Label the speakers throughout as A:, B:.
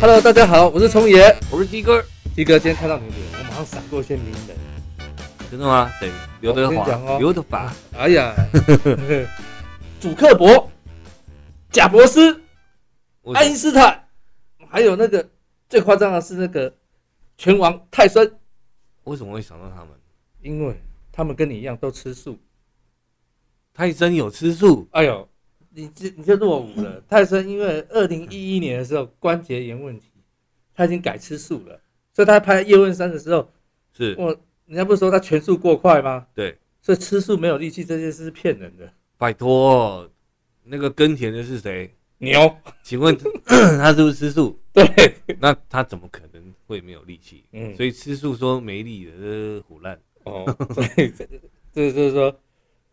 A: Hello，大家好，我是聪爷，
B: 我是鸡哥，
A: 鸡哥。今天看到你的脸，我马上闪过一些名人。
B: 真的吗？谁？刘德
A: 我跟你讲哦
B: 华，刘德华，
A: 哎呀，主克伯、贾伯斯、
B: 我
A: 爱因斯坦，还有那个最夸张的是那个拳王泰森，
B: 为什么会想到他们？
A: 因为他们跟你一样都吃素。
B: 泰森有吃素，
A: 哎呦，你这你就落伍了。泰森因为二零一一年的时候关节炎问题，他已经改吃素了，所以他拍《叶问三》的时候，
B: 是
A: 我人家不是说他拳速过快吗？
B: 对，
A: 所以吃素没有力气这件事是骗人的。
B: 拜托，那个耕田的是谁？
A: 牛，
B: 请问 他是不是吃素？
A: 对，
B: 那他怎么可能会没有力气？
A: 嗯，
B: 所以吃素说没力的，这是胡乱。
A: 哦，所以 这这就是说，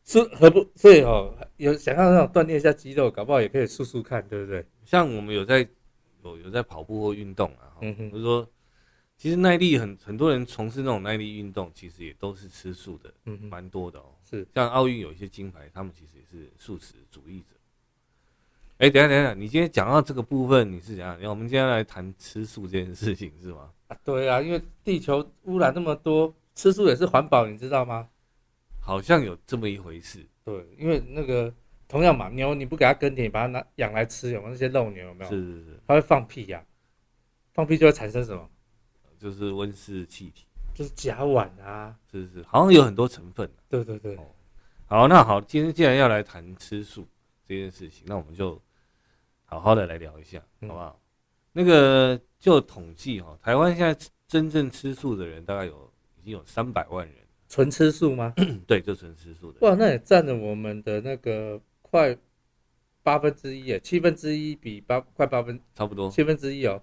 A: 是何不？所以哦，有想要那种锻炼一下肌肉，搞不好也可以试试看，对不对？
B: 像我们有在有有在跑步或运动啊，
A: 嗯
B: 嗯
A: 哼
B: 就是说，其实耐力很很多人从事那种耐力运动，其实也都是吃素的，
A: 嗯，
B: 蛮多的哦。
A: 是
B: 像奥运有一些金牌，他们其实也是素食主义者。哎、等一下等一下，你今天讲到这个部分，你是怎样？我们今天来谈吃素这件事情是吗？
A: 啊，对啊，因为地球污染那么多，吃素也是环保，你知道吗？
B: 好像有这么一回事。
A: 对，因为那个同样嘛，牛你不给它耕田，你把它拿养来吃，有没有那些肉牛有没
B: 是
A: 有？
B: 是是，
A: 它会放屁呀、啊放屁就会产生什么？
B: 就是温室气体，
A: 就是甲烷啊，
B: 是是，好像有很多成分。啊
A: 对对对，
B: 好，那好，今天既然要来谈吃素这件事情，那我们就好好的来聊一下，
A: 嗯
B: 好不好？那个就统计哈、台湾现在吃真正吃素的人大概有已经有三百万人，
A: 纯吃素吗？
B: 对，就纯吃素的人。
A: 哇，那也占了我们的那个快八分之一耶，七分之一比八快八分
B: 差不多，
A: 七分之一哦。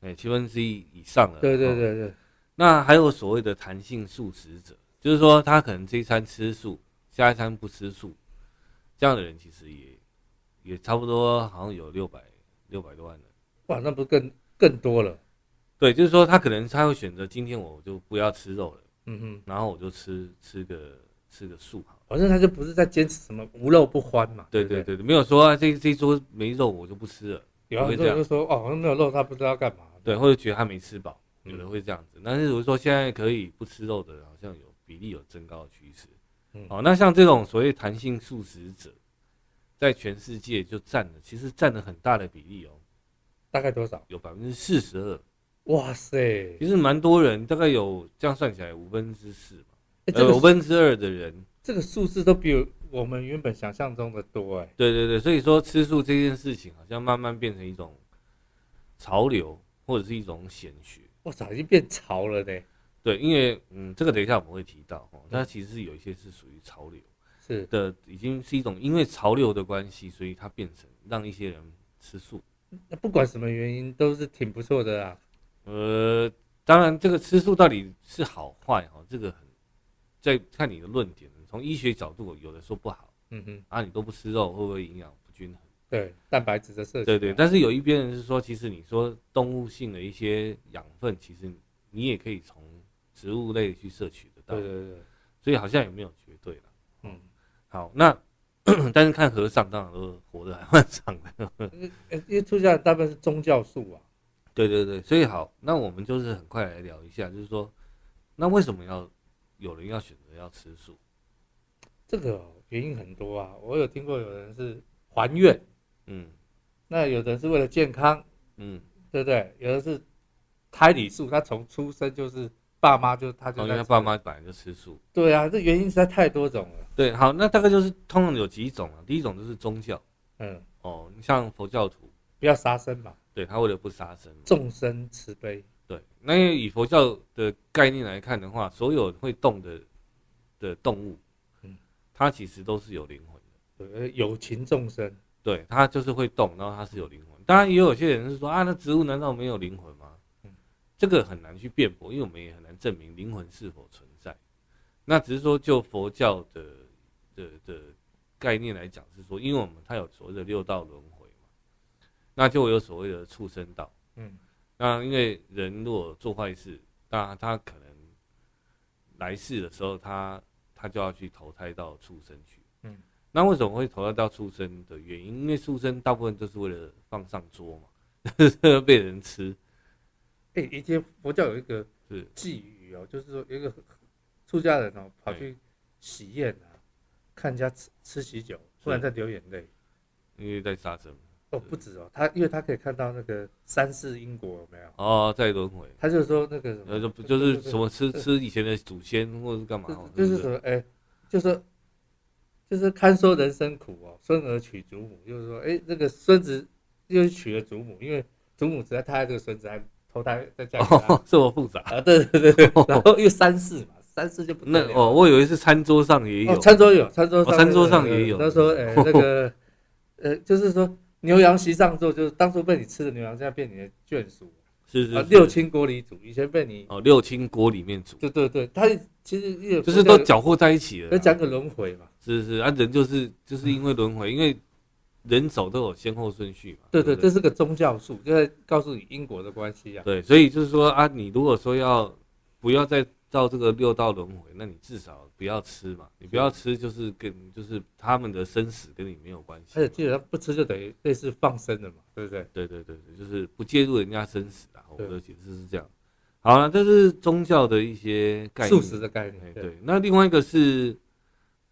B: 哎，七分之一以上了。
A: 对对
B: 哦。
A: 对对，
B: 那还有所谓的弹性素食者，就是说他可能这一餐吃素，下一餐不吃素，这样的人其实也也差不多，好像有六百六百多万人。
A: 哇，那不更更多了？
B: 对，就是说他可能他会选择今天我就不要吃肉了，
A: 嗯哼，
B: 然后我就吃吃个吃个素好了。
A: 反正他就不是在坚持什么无肉不欢嘛。
B: 对
A: 不
B: 对，对，对没有说、啊、这这一桌没肉我就不吃了，
A: 有很
B: 会
A: 多
B: 这
A: 人
B: 样
A: 就说哦，好像没有肉，他不知道干嘛。
B: 对，或者觉得他没吃饱，
A: 嗯
B: 有人会这样子。但是我说现在可以不吃肉的人，好像有比例有增高的趋势。哦
A: 嗯
B: 好，那像这种所谓弹性素食者，在全世界就占了，其实占了很大的比例哦，
A: 大概多少？
B: 有百分之四十二，
A: 哇塞！
B: 其实蛮多人，大概有这样算起来五分之四嘛，
A: 哎，这
B: 呃，五
A: 个
B: 分之二的人，
A: 这个数字都比我们原本想象中的多哎。
B: 对对对，所以说吃素这件事情好像慢慢变成一种潮流，或者是一种显学。
A: 我早已经变潮了呢。
B: 对，因为嗯，这个等一下我们会提到哦，
A: 嗯
B: 它其实是有一些是属于潮流
A: 是，
B: 的，已经是一种因为潮流的关系，所以它变成让一些人吃素。
A: 那不管什么原因都是挺不错的啊。
B: 呃，当然这个吃素到底是好坏哈、哦，这个很在看你的论点。从医学角度，有的说不好
A: 嗯哼，
B: 啊，你都不吃肉，会不会营养不均衡？
A: 对，蛋白质的摄取。啊
B: 对对，但是有一边人是说，其实你说动物性的一些养分，其实你也可以从植物类去摄取得到，
A: 对对对，
B: 所以好像也没有绝对了。
A: 嗯。
B: 好，那 但是看和尚当然都活得还蛮长的。
A: 呃因为出家人大部分是宗教素啊，
B: 对对对，所以好，那我们就是很快来聊一下，就是说，那为什么要有人要选择要吃素？
A: 这个哦原因很多啊。我有听过有人是还愿，
B: 嗯
A: 那有的人是为了健康，
B: 嗯，
A: 对不对？有的是胎里素，他从出生就是爸妈就他
B: 哦，
A: 就
B: 因
A: 在
B: 为他爸妈本来就吃素。
A: 对啊，这原因实在太多种了。
B: 对，好，那大概就是通常有几种啊，第一种就是宗教
A: 嗯，
B: 哦，像佛教徒，
A: 不要杀生嘛，
B: 对他为了不杀生嘛。
A: 众生慈悲。
B: 对，那因为以佛教的概念来看的话，所有会动的的动物
A: 嗯，
B: 它其实都是有灵魂的。
A: 呃，有情众生，
B: 对，它就是会动，然后它是有灵魂。当然，也有些人是说啊，那植物难道没有灵魂吗
A: 嗯？
B: 这个很难去辩驳，因为我们也很难证明灵魂是否存在。那只是说，就佛教的的的概念来讲，是说，因为我们它有所谓的六道轮回嘛，那就有所谓的畜生道。
A: 嗯，
B: 那因为人如果做坏事，那他可能来世的时候他，他就要去投胎到畜生去。
A: 嗯，
B: 那为什么会投胎到畜生的原因？因为畜生大部分都是为了放上桌嘛，被人吃，
A: 哎、以前佛教有一个
B: 是
A: 寄语哦，就是说有一个出家人哦，跑去喜宴啊，看人家吃吃喜酒，突然在流眼泪。
B: 因为在杀生
A: 哦，不止哦，他因为他可以看到那个三世因果有没有？
B: 哦，在轮回，
A: 他就说那个什
B: 呃，
A: 么，
B: 就就是什
A: 么，
B: 么吃吃以前的祖先或者是 干嘛哦，
A: 就就是
B: 不
A: 什么，哎、就是就是堪说人生苦哦，孙儿娶祖母，就是说，哎、那个孙子又娶了祖母，因为祖母实在太爱这个孙子，还投胎在家里他。
B: 哦，这么复杂。
A: 啊，对对对对，然后又三世嘛，三世就不
B: 那
A: 得了
B: 哦，我以为是餐桌上也有
A: 哦，，餐桌有，餐桌
B: 哦
A: 上、
B: 餐桌上也有
A: 他说，呃，那个，呃，就是说牛羊席上坐，就是当初被你吃的牛羊，现在变你的眷属
B: 是是
A: 啊
B: 是，
A: 六亲锅里煮，以前被你，
B: 哦六亲锅里面煮，
A: 对对对，他其实也有
B: 就是都啊搅和在一起了
A: 要
B: 啦。
A: 讲个轮回嘛，
B: 是是啊，人就是就是因为轮回，因为人走都有先后顺序嘛。
A: 对
B: 对
A: 对，
B: 不
A: 这是个宗教术，就在告诉你因果的关系啊，
B: 对，所以就是说啊，你如果说要不要再到这个六道轮回，那你至少不要吃嘛，你不要吃就是跟就是他们的生死跟你没有关系
A: 而且
B: 嘛。
A: 基本上不吃就等于类似放生了嘛，对不对？
B: 对对对对，就是不介入人家生死啊，我
A: 对
B: 的解释是这样。好了，这是宗教的一些概念。
A: 素食的概念
B: 哎，
A: 对，
B: 对，那另外一个是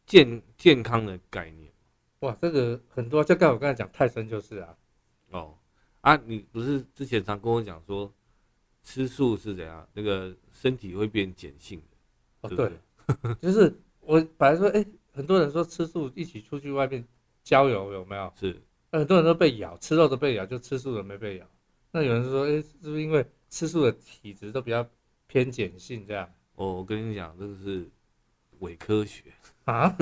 B: 健健康的概念
A: 哇，这个很多，就刚才我刚才讲泰森就是啊，
B: 哦啊，你不是之前常跟我讲说吃素是怎样，那个身体会变碱性的，
A: 哦
B: 对不
A: 对，就是我本来说，哎、很多人说吃素一起出去外面郊游有没有？
B: 对？是
A: 那很多人都被咬，吃肉都被咬，就吃素的没被咬。那有人说，哎、是不是因为吃素的体质都比较偏碱性这样
B: 哦，我跟你讲，这个是伪科学，
A: 啊？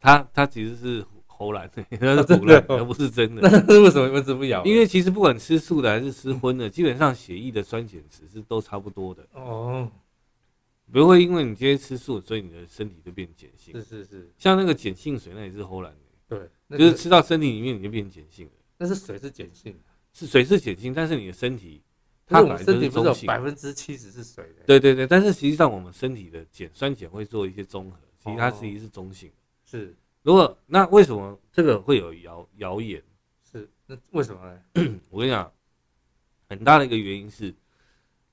B: 它它其实是胡乱的， 它是
A: 啊真
B: 胡
A: 的哦
B: 乱的，它不是真的
A: 那。是 为什么蚊子不咬？啊
B: 因为其实不管吃素的还是吃荤的，基本上血液的酸碱值是都差不多的，
A: 哦，
B: 不会因为你今天吃素，所以你的身体就变碱性
A: 是。是是，
B: 像那个碱性水，那也是齁然的，
A: 对，那
B: 就是
A: 个
B: 吃到身体里面你就变碱性了。
A: 那是水是碱性的，
B: 是水是碱性，但是你的身体
A: 但
B: 它
A: 是我们
B: 本来就
A: 身
B: 是
A: 体不是
B: 中
A: 有
B: 性
A: 百
B: 的。
A: 分之七十是水的？
B: 对对对，但是实际上我们身体的碱酸碱会做一些综合，其实它
A: 哦
B: 实际是中性的。
A: 是
B: 如果那为什么这个会有谣谣言？
A: 是，那为什么呢？
B: 我跟你讲，很大的一个原因是，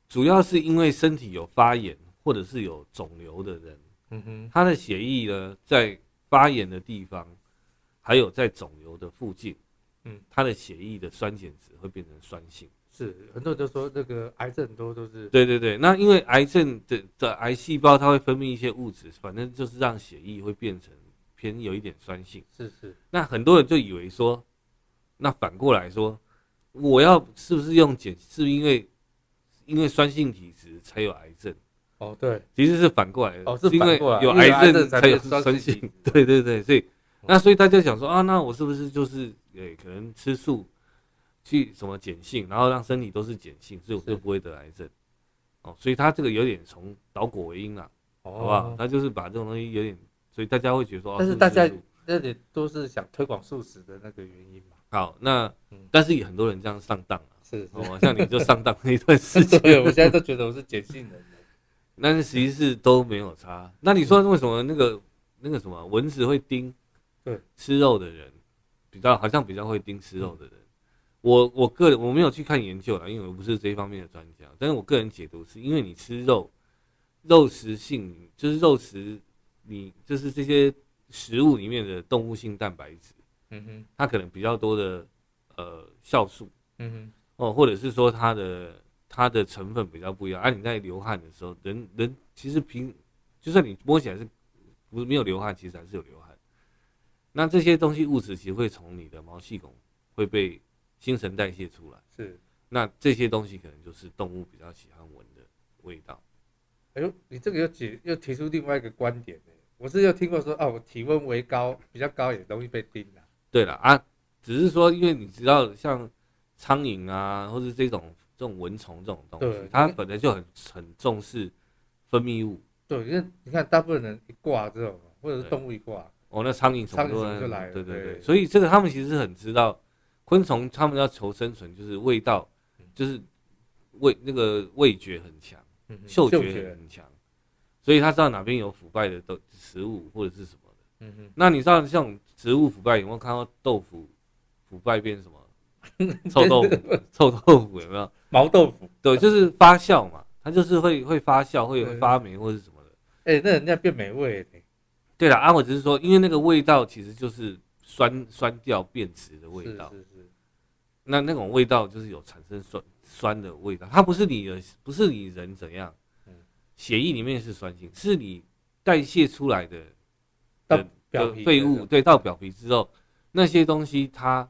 B: 主要是因为身体有发炎或者是有肿瘤的人，
A: 嗯哼，
B: 他的血液呢在发炎的地方，还有在肿瘤的附近，
A: 嗯，
B: 他的血液的酸碱值会变成酸性。
A: 是很多人都说那个癌症很多都是
B: 对对对，那因为癌症的的癌细胞它会分泌一些物质，反正就是让血液会变成偏有一点酸性。
A: 是是
B: 那很多人就以为说，那反过来说，我要是不是用碱？是不是因为因为酸性体质才有癌症？
A: 哦，对。
B: 其实是反过来的，
A: 哦是
B: 因为
A: 反过来
B: 有
A: 因为
B: 癌
A: 癌
B: 症
A: 症
B: 才
A: 才
B: 有
A: 有酸
B: 酸
A: 性
B: 性
A: 体。哦
B: 对对对，所以那所以大家想说啊，那我是不是就是呃可能吃素去什么碱性，然后让身体都是碱性，所以我就是不会得癌症。哦，所以他这个有点从导果为因啦，
A: 好
B: 好不好？他就是把这种东西有点，所以大家会觉得说，哦、
A: 哦但是
B: 不
A: 大家
B: 吃素
A: 那也都是想推广素食的那个原因嘛。
B: 好，那
A: 嗯
B: 但是也很多人这样上当啊，
A: 是是，
B: 哦，像你就上当那一段事情，
A: 对，我现在都觉得我是碱性人了。
B: 但是实际是都没有差。那你说为什么那个那个什么啊蚊子会叮？
A: 对，
B: 吃肉的人比较好像比较会叮吃肉的人。
A: 嗯
B: 我我个人我没有去看研究啦，因为我不是这一方面的专家，但是我个人解读是因为你吃肉，肉食性就是肉食，你就是这些食物里面的动物性蛋白质，
A: 嗯哼，
B: 它可能比较多的呃酵素。
A: 嗯哼，
B: 哦，或者是说它的它的成分比较不一样。啊，你在流汗的时候，人人其实平，就算你摸起来是不是没有流汗，其实还是有流汗。那这些东西物质其实会从你的毛细孔会被新陈代谢出来，
A: 是。
B: 那这些东西可能就是动物比较喜欢闻的味道。
A: 哎呦，你这个又解又提出另外一个观点呢。我是有听过说，哦，我体温为高，比较高也容易被叮啊。
B: 对了啊，只是说因为你知道像苍蝇啊，或是这种这种蚊虫这种东西
A: 对，
B: 它
A: 因为
B: 本来就很很重视分泌物。
A: 对，因为你看大部分人一挂这种，或者是
B: 对
A: 动物一挂，
B: 哦，那苍蝇什么
A: 苍蝇
B: 都
A: 什么就来了
B: 对对对，
A: 对
B: 所以这个他们其实很知道，昆虫他们要求生存就是味道，就是味那个味觉很强，
A: 嗯哼
B: 嗅觉很强，所以他知道哪边有腐败的豆食物或者是什么的。
A: 嗯哼，
B: 那你知道像植物腐败有没有看到豆腐腐败变什么 臭豆腐，臭豆腐有没有？
A: 毛豆腐，
B: 对，就是发酵嘛，它就是会会发酵，会会
A: 对
B: 发霉或者什么的。
A: 哎、那人家变美味了、
B: 对了，啊，我只是说，因为那个味道其实就是酸酸掉变质的味
A: 是
B: 道，
A: 是是，
B: 那那种味道就是有产生酸酸的味道，它不是你的，不是你人怎样
A: 嗯，
B: 血液里面是酸性，是你代谢出来的
A: 到
B: 的
A: 表
B: 的
A: 皮
B: 废
A: 的
B: 物，对，到表皮之后，那些东西它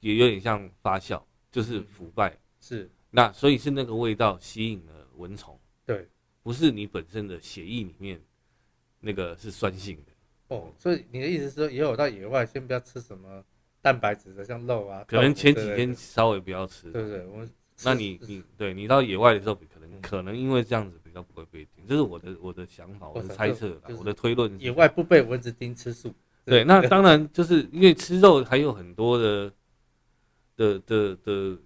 B: 也有点像发酵，就是
A: 嗯
B: 腐败。
A: 是
B: 那所以是那个味道吸引了蚊虫，
A: 对，
B: 不是你本身的血液里面那个是酸性的，
A: 哦。所以你的意思是说，以后我到野外先不要吃什么蛋白质的，像肉啊，
B: 可能
A: 豆腐
B: 前
A: 之
B: 几
A: 类
B: 天
A: 的
B: 稍微不要吃。
A: 对不对？我们
B: 那
A: 吃
B: 你你对你到野外的时候，可能可能因为这样子比较不会被叮，这是我的我的想法，我的
A: 我操
B: 猜
A: 这
B: 测啦
A: 就，是
B: 我的推论是这
A: 野
B: 样。
A: 外不被蚊子叮吃素，
B: 对，那当然就是因为吃肉还有很多的的的的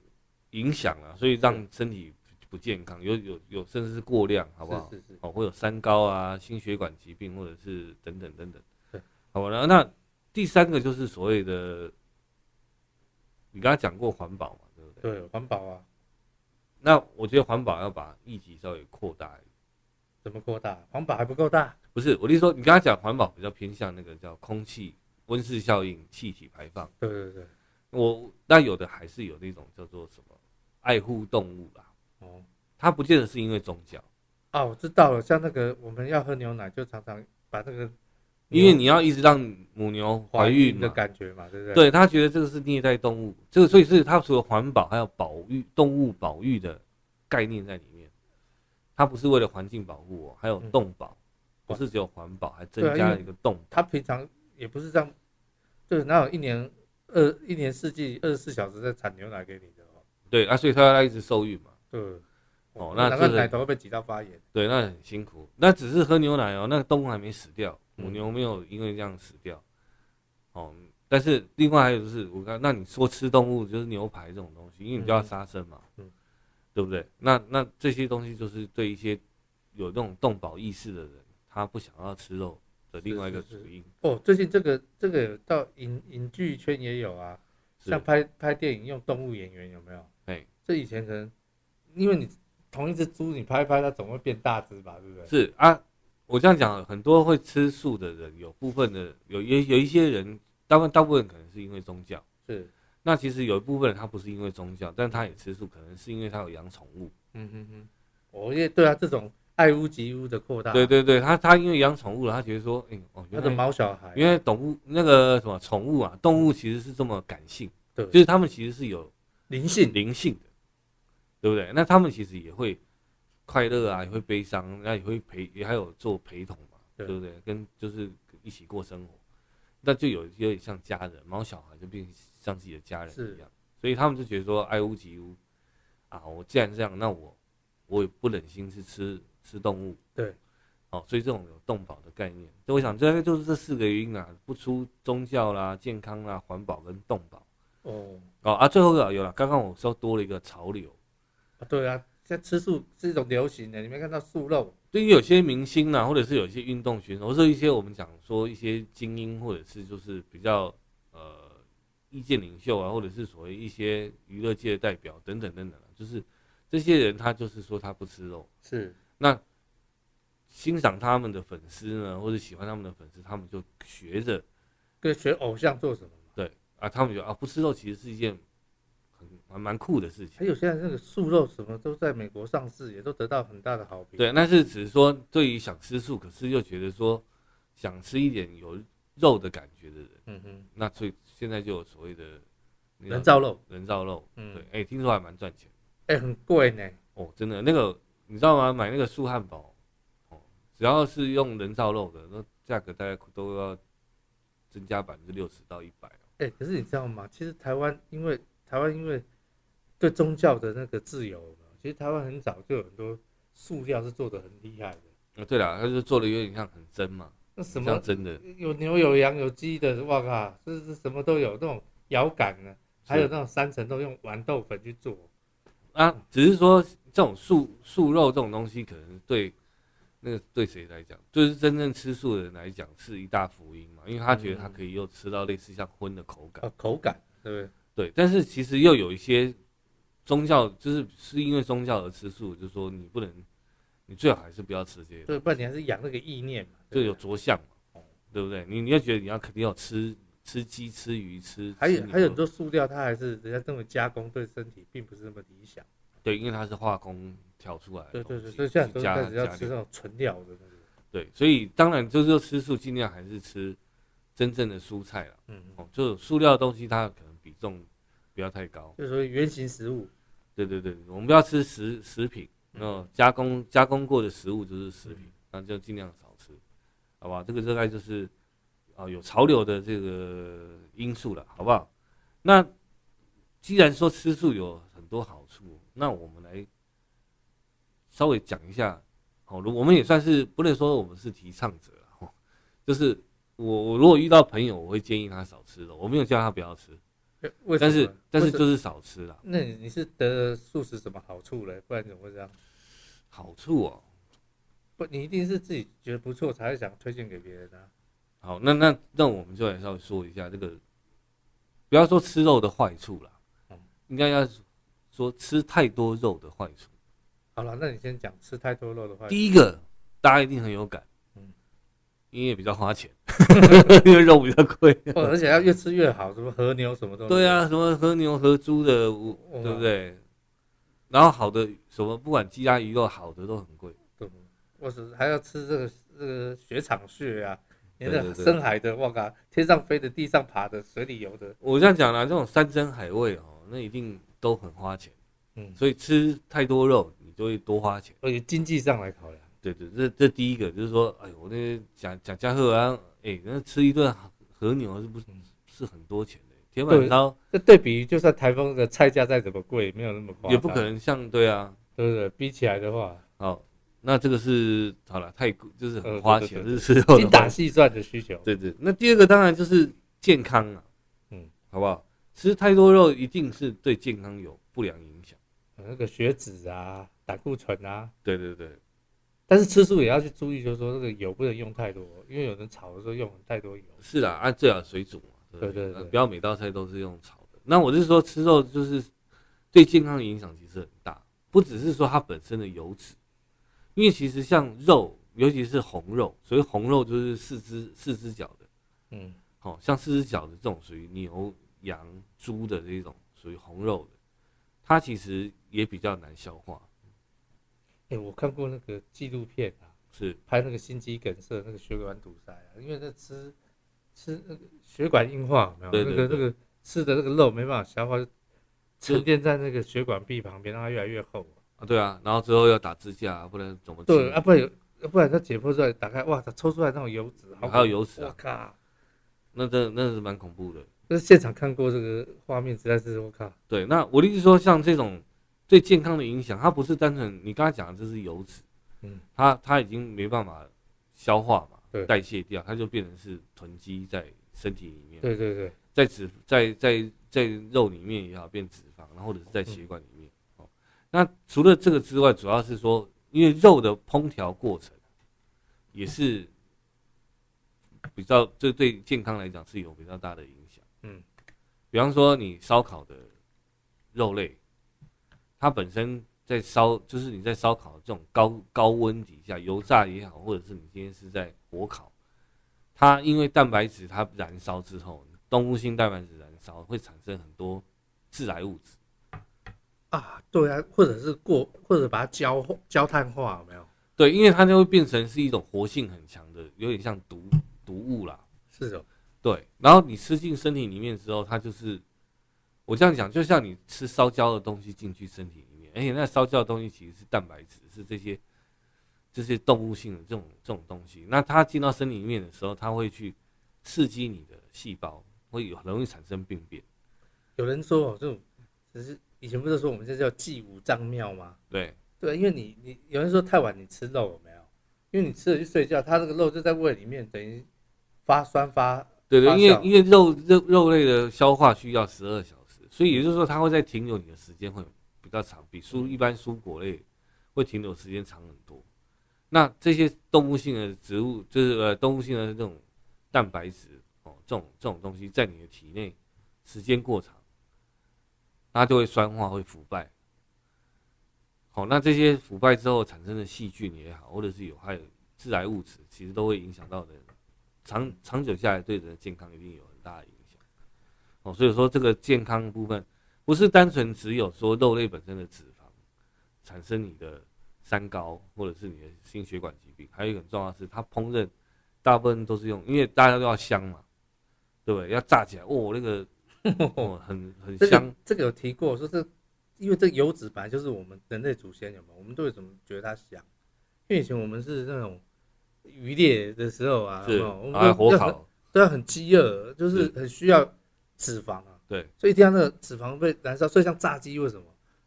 B: 影响啊，所以让身体不健康，有有有甚至是过量，好不好？
A: 是是是，
B: 哦，会有三高啊、心血管疾病，或者是等等等等
A: 对。
B: 好吧，那那第三个就是所谓的，你刚才讲过环保嘛，对不对？
A: 对，环保啊，
B: 那我觉得环保要把议题稍微扩大一点。
A: 怎么扩大？环保还不够大，
B: 不是，我的意思说，你刚才讲环保比较偏向那个叫空气温室效应、气体排放。
A: 对对对，
B: 我那有的还是有那种叫做什么爱护动物啦，
A: 哦。
B: 它不见得是因为宗教，
A: 啊，我知道了，像那个我们要喝牛奶，就常常把那个
B: 因为你要一直让母牛怀
A: 怀
B: 孕
A: 孕的
B: 嘛，
A: 感觉嘛，对不对？
B: 对他觉得这个是虐待动物，这个所以是他除了环保，还有保育动物保育的概念在里面。它不是为了环境保护、哦，还有
A: 嗯
B: 动保，不是只有环保，还增
A: 对啊
B: 加
A: 因为
B: 了一个动。
A: 他平常也不是这样，就是哪有一年二一年四季二十四小时在产牛奶给你的哦，
B: 对啊，所以他要一直受孕嘛，
A: 对。
B: 哦
A: 我
B: 那
A: 难
B: 这
A: 怪
B: 个
A: 奶头会被挤到发炎，
B: 对，那很辛苦。那只是喝牛奶哦，那个动物还没死掉，母
A: 嗯
B: 牛没有因为这样死掉。哦，但是另外还有就是，我刚那你说吃动物就是牛排这种东西，因为你就要
A: 嗯
B: 杀生嘛，
A: 嗯
B: 对不对？那那这些东西就是对一些有那种动保意识的人，他不想要吃肉的另外一个
A: 是是
B: 主
A: 是
B: 因。
A: 哦，最近这个这个有到影影剧圈也有啊，
B: 是
A: 像拍拍电影用动物演员有没有？
B: 哎
A: 这以前可能因为你同一只猪你拍一拍它总会变大只吧，对不对？
B: 是啊，我这样讲，很多会吃素的人，有部分的有也有一些人，大部分大部分可能是因为宗教。
A: 是，
B: 那其实有一部分人他不是因为宗教，但他也吃素，可能是因为他有养宠物。
A: 嗯哼哼，哦也对啊，这种爱屋及乌的扩大，
B: 对对对，他他因为养宠物了，他觉得说，哎、哦，
A: 他
B: 原
A: 的
B: 来
A: 毛小孩，
B: 原来动物那个什么宠物啊，动物其实是这么感性，
A: 对
B: 就是他们其实是有
A: 灵性，
B: 灵性的，对不对？那他们其实也会快乐啊，也会悲伤，那也会陪，也还有做陪同嘛，对
A: 对
B: 不对？跟就是一起过生活，那就有有点像家人，毛小孩就变像自己的家人
A: 是
B: 一样，所以他们就觉得说爱屋及乌啊，我既然这样，那我我也不忍心去吃吃动物，
A: 对，
B: 哦，所以这种有动保的概念，所以我想这大概就是这四个原因啊，不出宗教啦、健康啦、环保跟动保。
A: 哦，
B: 哦啊，最后一个有了，刚刚我说多了一个潮流，
A: 对啊，现在吃素是一种流行的，你没看到素肉，
B: 对于有些明星啊呢、或者是有一些运动选手，或者是一些我们讲说一些精英，或者是就是比较呃意见领袖啊，或者是所谓一些娱乐界的代表等等等等啊、就是这些人他就是说他不吃肉，
A: 是
B: 那欣赏他们的粉丝呢，或者喜欢他们的粉丝，他们就学着
A: 跟学偶像做什么嘛？
B: 对啊，他们觉得啊不吃肉其实是一件很蛮蛮酷的事情
A: 还。有现在那个素肉什么都在美国上市，也都得到很大的好评。
B: 对，那是只是说对于想吃素，可是又觉得说想吃一点有肉的感觉的人，
A: 嗯哼，
B: 那所以现在就有所谓的那
A: 人
B: 叫
A: 造肉，
B: 人造肉，
A: 嗯
B: 对，哎、听说还蛮赚钱
A: 哎、很贵呢，
B: 哦，真的那个你知道吗？买那个素汉堡，哦，只要是用人造肉的，那价格大概都要增加百分之六十到一百、哦。
A: 哎、可是你知道吗？其实台湾因为台湾因为对宗教的那个自由嘛，其实台湾很早就有很多塑料是做的很厉害的，
B: 呃对了，他就做的有点像很真嘛，
A: 那什
B: 像
A: 么
B: 真的，
A: 有牛有羊有鸡的，哇靠，这是什么都有，那种摇杆呢，还有那种三层都用豌豆粉去做。
B: 啊，只是说这种素素肉这种东西，可能对那个对谁来讲，就是真正吃素的人来
A: 嗯
B: 讲是一大福音嘛，因为他觉得他可以又吃到类似像荤的口感。
A: 哦呃口感，对不对？
B: 对，但是其实又有一些宗教，就是是因为宗教而吃素，就是说你不能，你最好还是不要吃这些，
A: 对，不然你还是养那个意念嘛，
B: 就
A: 对
B: 有
A: 不对
B: 着相嘛，对不对？你你要觉得你要肯定要吃吃鸡、吃鱼、吃，
A: 还
B: 吃
A: 有
B: 牛
A: 还有很多塑料，它还是人家认为加工对身体并不是那么理想。
B: 对，因为它是化工调出来的
A: 对
B: 东
A: 啊对对，
B: 西，
A: 所以现在很
B: 去
A: 多人
B: 加
A: 开始要
B: 加
A: 吃
B: 料
A: 那种纯料的那个，
B: 对，所以当然就是说吃素尽量还是吃真正的蔬菜了。
A: 嗯，
B: 哦，就塑料的东西它可能比重不要太高。
A: 就是说原型食物，
B: 对对对，我们不要吃食食品，
A: 嗯
B: 那加工加工过的食物就是食品
A: 嗯，
B: 那就尽量少吃，好吧？这个大概就是啊、有潮流的这个因素了，好不好？那既然说吃素有很多好处，那我们来稍微讲一下。好、如我们也算是不能说我们是提倡者了、哦，就是我我如果遇到朋友，我会建议他少吃肉，我没有叫他不要吃，
A: 呃为什
B: 但
A: 么
B: 是但是
A: 为什
B: 就是少吃啦。
A: 那你你是得了素食什么好处嘞？不然怎么会这样？
B: 好处哦，
A: 不，你一定是自己觉得不错才会想推荐给别人啊。
B: 好，那那那我们就来稍微说一下这个，不要说吃肉的坏处啦
A: 嗯，
B: 应该要说吃太多肉的坏处。
A: 好了，那你先讲吃太多肉的话，
B: 第一个，大家一定很有感
A: 嗯，
B: 因为比较花钱， 因为肉比较贵。
A: 哦而且要越吃越好，什么和牛什么都
B: 对，啊，什么和牛和猪的，我
A: 哇
B: 对不对？然后好的什么，不管鸡鸭鱼肉，好的都很贵。
A: 对我只还要吃这个这个雪场蟹啊，你
B: 对对
A: 那
B: 对
A: 深海的，哇嘎，天上飞的，地上爬的，水里游的，
B: 我这样讲啦，这种山珍海味哦，那一定都很花钱，
A: 嗯，
B: 所以吃太多肉，你就会多花钱。
A: 而且经济上来考量，
B: 对对，这这第一个就是说，哎呦，我那讲讲嘉禾啊，哎，那吃一顿和牛是不是
A: 嗯
B: 是很多钱的？铁板烧
A: 这对比于就算台风的菜价再怎么贵，没有那么夸张，
B: 也不可，能像对啊，
A: 对不对？比起来的话，
B: 好，那这个是好了，太贵就是很
A: 呃
B: 花
A: 对
B: 钱，
A: 对
B: 这是吃肉
A: 精
B: 的
A: 打
B: 话。
A: 细算的需求，
B: 对对，那第二个当然就是健康啊，
A: 嗯，
B: 好不好？吃太多肉一定是对健康有不良影响。
A: 那个血脂啊、胆固醇啊，
B: 对对对，
A: 但是吃素也要去注意，就是说这个油不能用太多，因为有人炒的时候用太多油。
B: 是啦，按最好水煮嘛，对不
A: 对对对
B: 不要每道菜都是用炒的。那我是说吃肉就是对健康的影响其实很大，不只是说它本身的油脂，因为其实像肉，尤其是红肉，所谓红肉就是四只四只脚的，
A: 嗯，
B: 好、哦、像四只脚的这种属于牛、羊、猪的这种属于红肉的，它其实也比较难消化，
A: 哎、我看过那个纪录片啊，
B: 是
A: 拍那个心肌梗塞、那个血管堵塞啊，因为那吃吃那个血管硬化，有没有
B: 对对
A: 那个
B: 对
A: 那个吃的那个肉没办法消化，就
B: 就
A: 沉淀在那个血管壁旁边，让它越来越厚。
B: 啊，对啊，然后之后要打支架，不然怎么
A: 对
B: 吃
A: 啊，不然有啊不然它解剖出来打开，哇，它抽出来那种油脂，好
B: 还有
A: 恐
B: 油脂
A: 怖我
B: 啊，
A: 靠！
B: 那真的那是蛮恐怖的。
A: 那现场看过这个画面，实在是我靠，
B: 对，那我的意思说，像这种对健康的影响，它不是单纯你刚才讲的这是油脂，
A: 嗯，
B: 它它已经没办法消化嘛，
A: 对
B: 代谢掉，它就变成是囤积在身体里面，
A: 对对对，
B: 在脂在在在肉里面也好，变脂肪，然后或者是在血管里面。哦，那除了这个之外，主要是说，因为肉的烹调过程也是比较，这对健康来讲是有比较大的影响。
A: 嗯，
B: 比方说你烧烤的肉类，它本身在烧，就是你在烧烤这种高高温底下油炸也好，或者是你今天是在火烤，它因为蛋白质它燃烧之后，动物性蛋白质燃烧会产生很多致癌物质。
A: 啊，对啊，或者是过，或者把它焦化焦炭化，有没有？
B: 对，因为它就会变成是一种活性很强的，有点像毒毒物啦。
A: 是哦的，
B: 对，然后你吃进身体里面之后，它就是我这样讲，就像你吃烧焦的东西进去身体里面，而且那烧焦的东西其实是蛋白质，是这些这些动物性的这种这种东西。那它进到身体里面的时候，它会去刺激你的细胞，会有很容易产生病变。
A: 有人说哦，这种只是以前不是说我们这叫祭五脏庙吗？
B: 对，
A: 对，因为你你有人说太晚你吃肉有没有？因为你吃了去睡觉，它那个肉就在胃里面，等于发酸发，
B: 对对，
A: 发
B: 因
A: 酵
B: 为因为肉肉肉类的消化需要十二小时，所以也就是说它会在停留你的时间会比较长，比蔬一般蔬果类会停留时间长很多。那这些动物性的植物，就是呃动物性的这种蛋白质哦，这种这种东西在你的体内时间过长，它就会酸化，会腐败。好、那这些腐败之后产生的细菌也好，或者是有害致癌物质，其实都会影响到人，长长久下来对人的健康一定有很大的影响。哦，所以说这个健康的部分，不是单纯只有说肉类本身的脂肪产生你的三高或者是你的心血管疾病，还有一个很重要的是，它烹饪大部分都是用，因为大家都要香嘛，对不对？要炸起来，哦，那个哦很很
A: 这
B: 香
A: 个，这个有提过，说这因为这油脂本来就是我们人类祖先有没有？我们都为什么觉得它香？因为以前我们是那种渔猎的时候啊，
B: 是
A: 有没有我们
B: 啊，
A: 都
B: 火
A: 要
B: 烤，
A: 对啊，很饥饿，就是
B: 嗯是
A: 很需要脂肪啊。
B: 对，
A: 所以一定要那个脂肪被燃烧，所以像炸鸡为什么？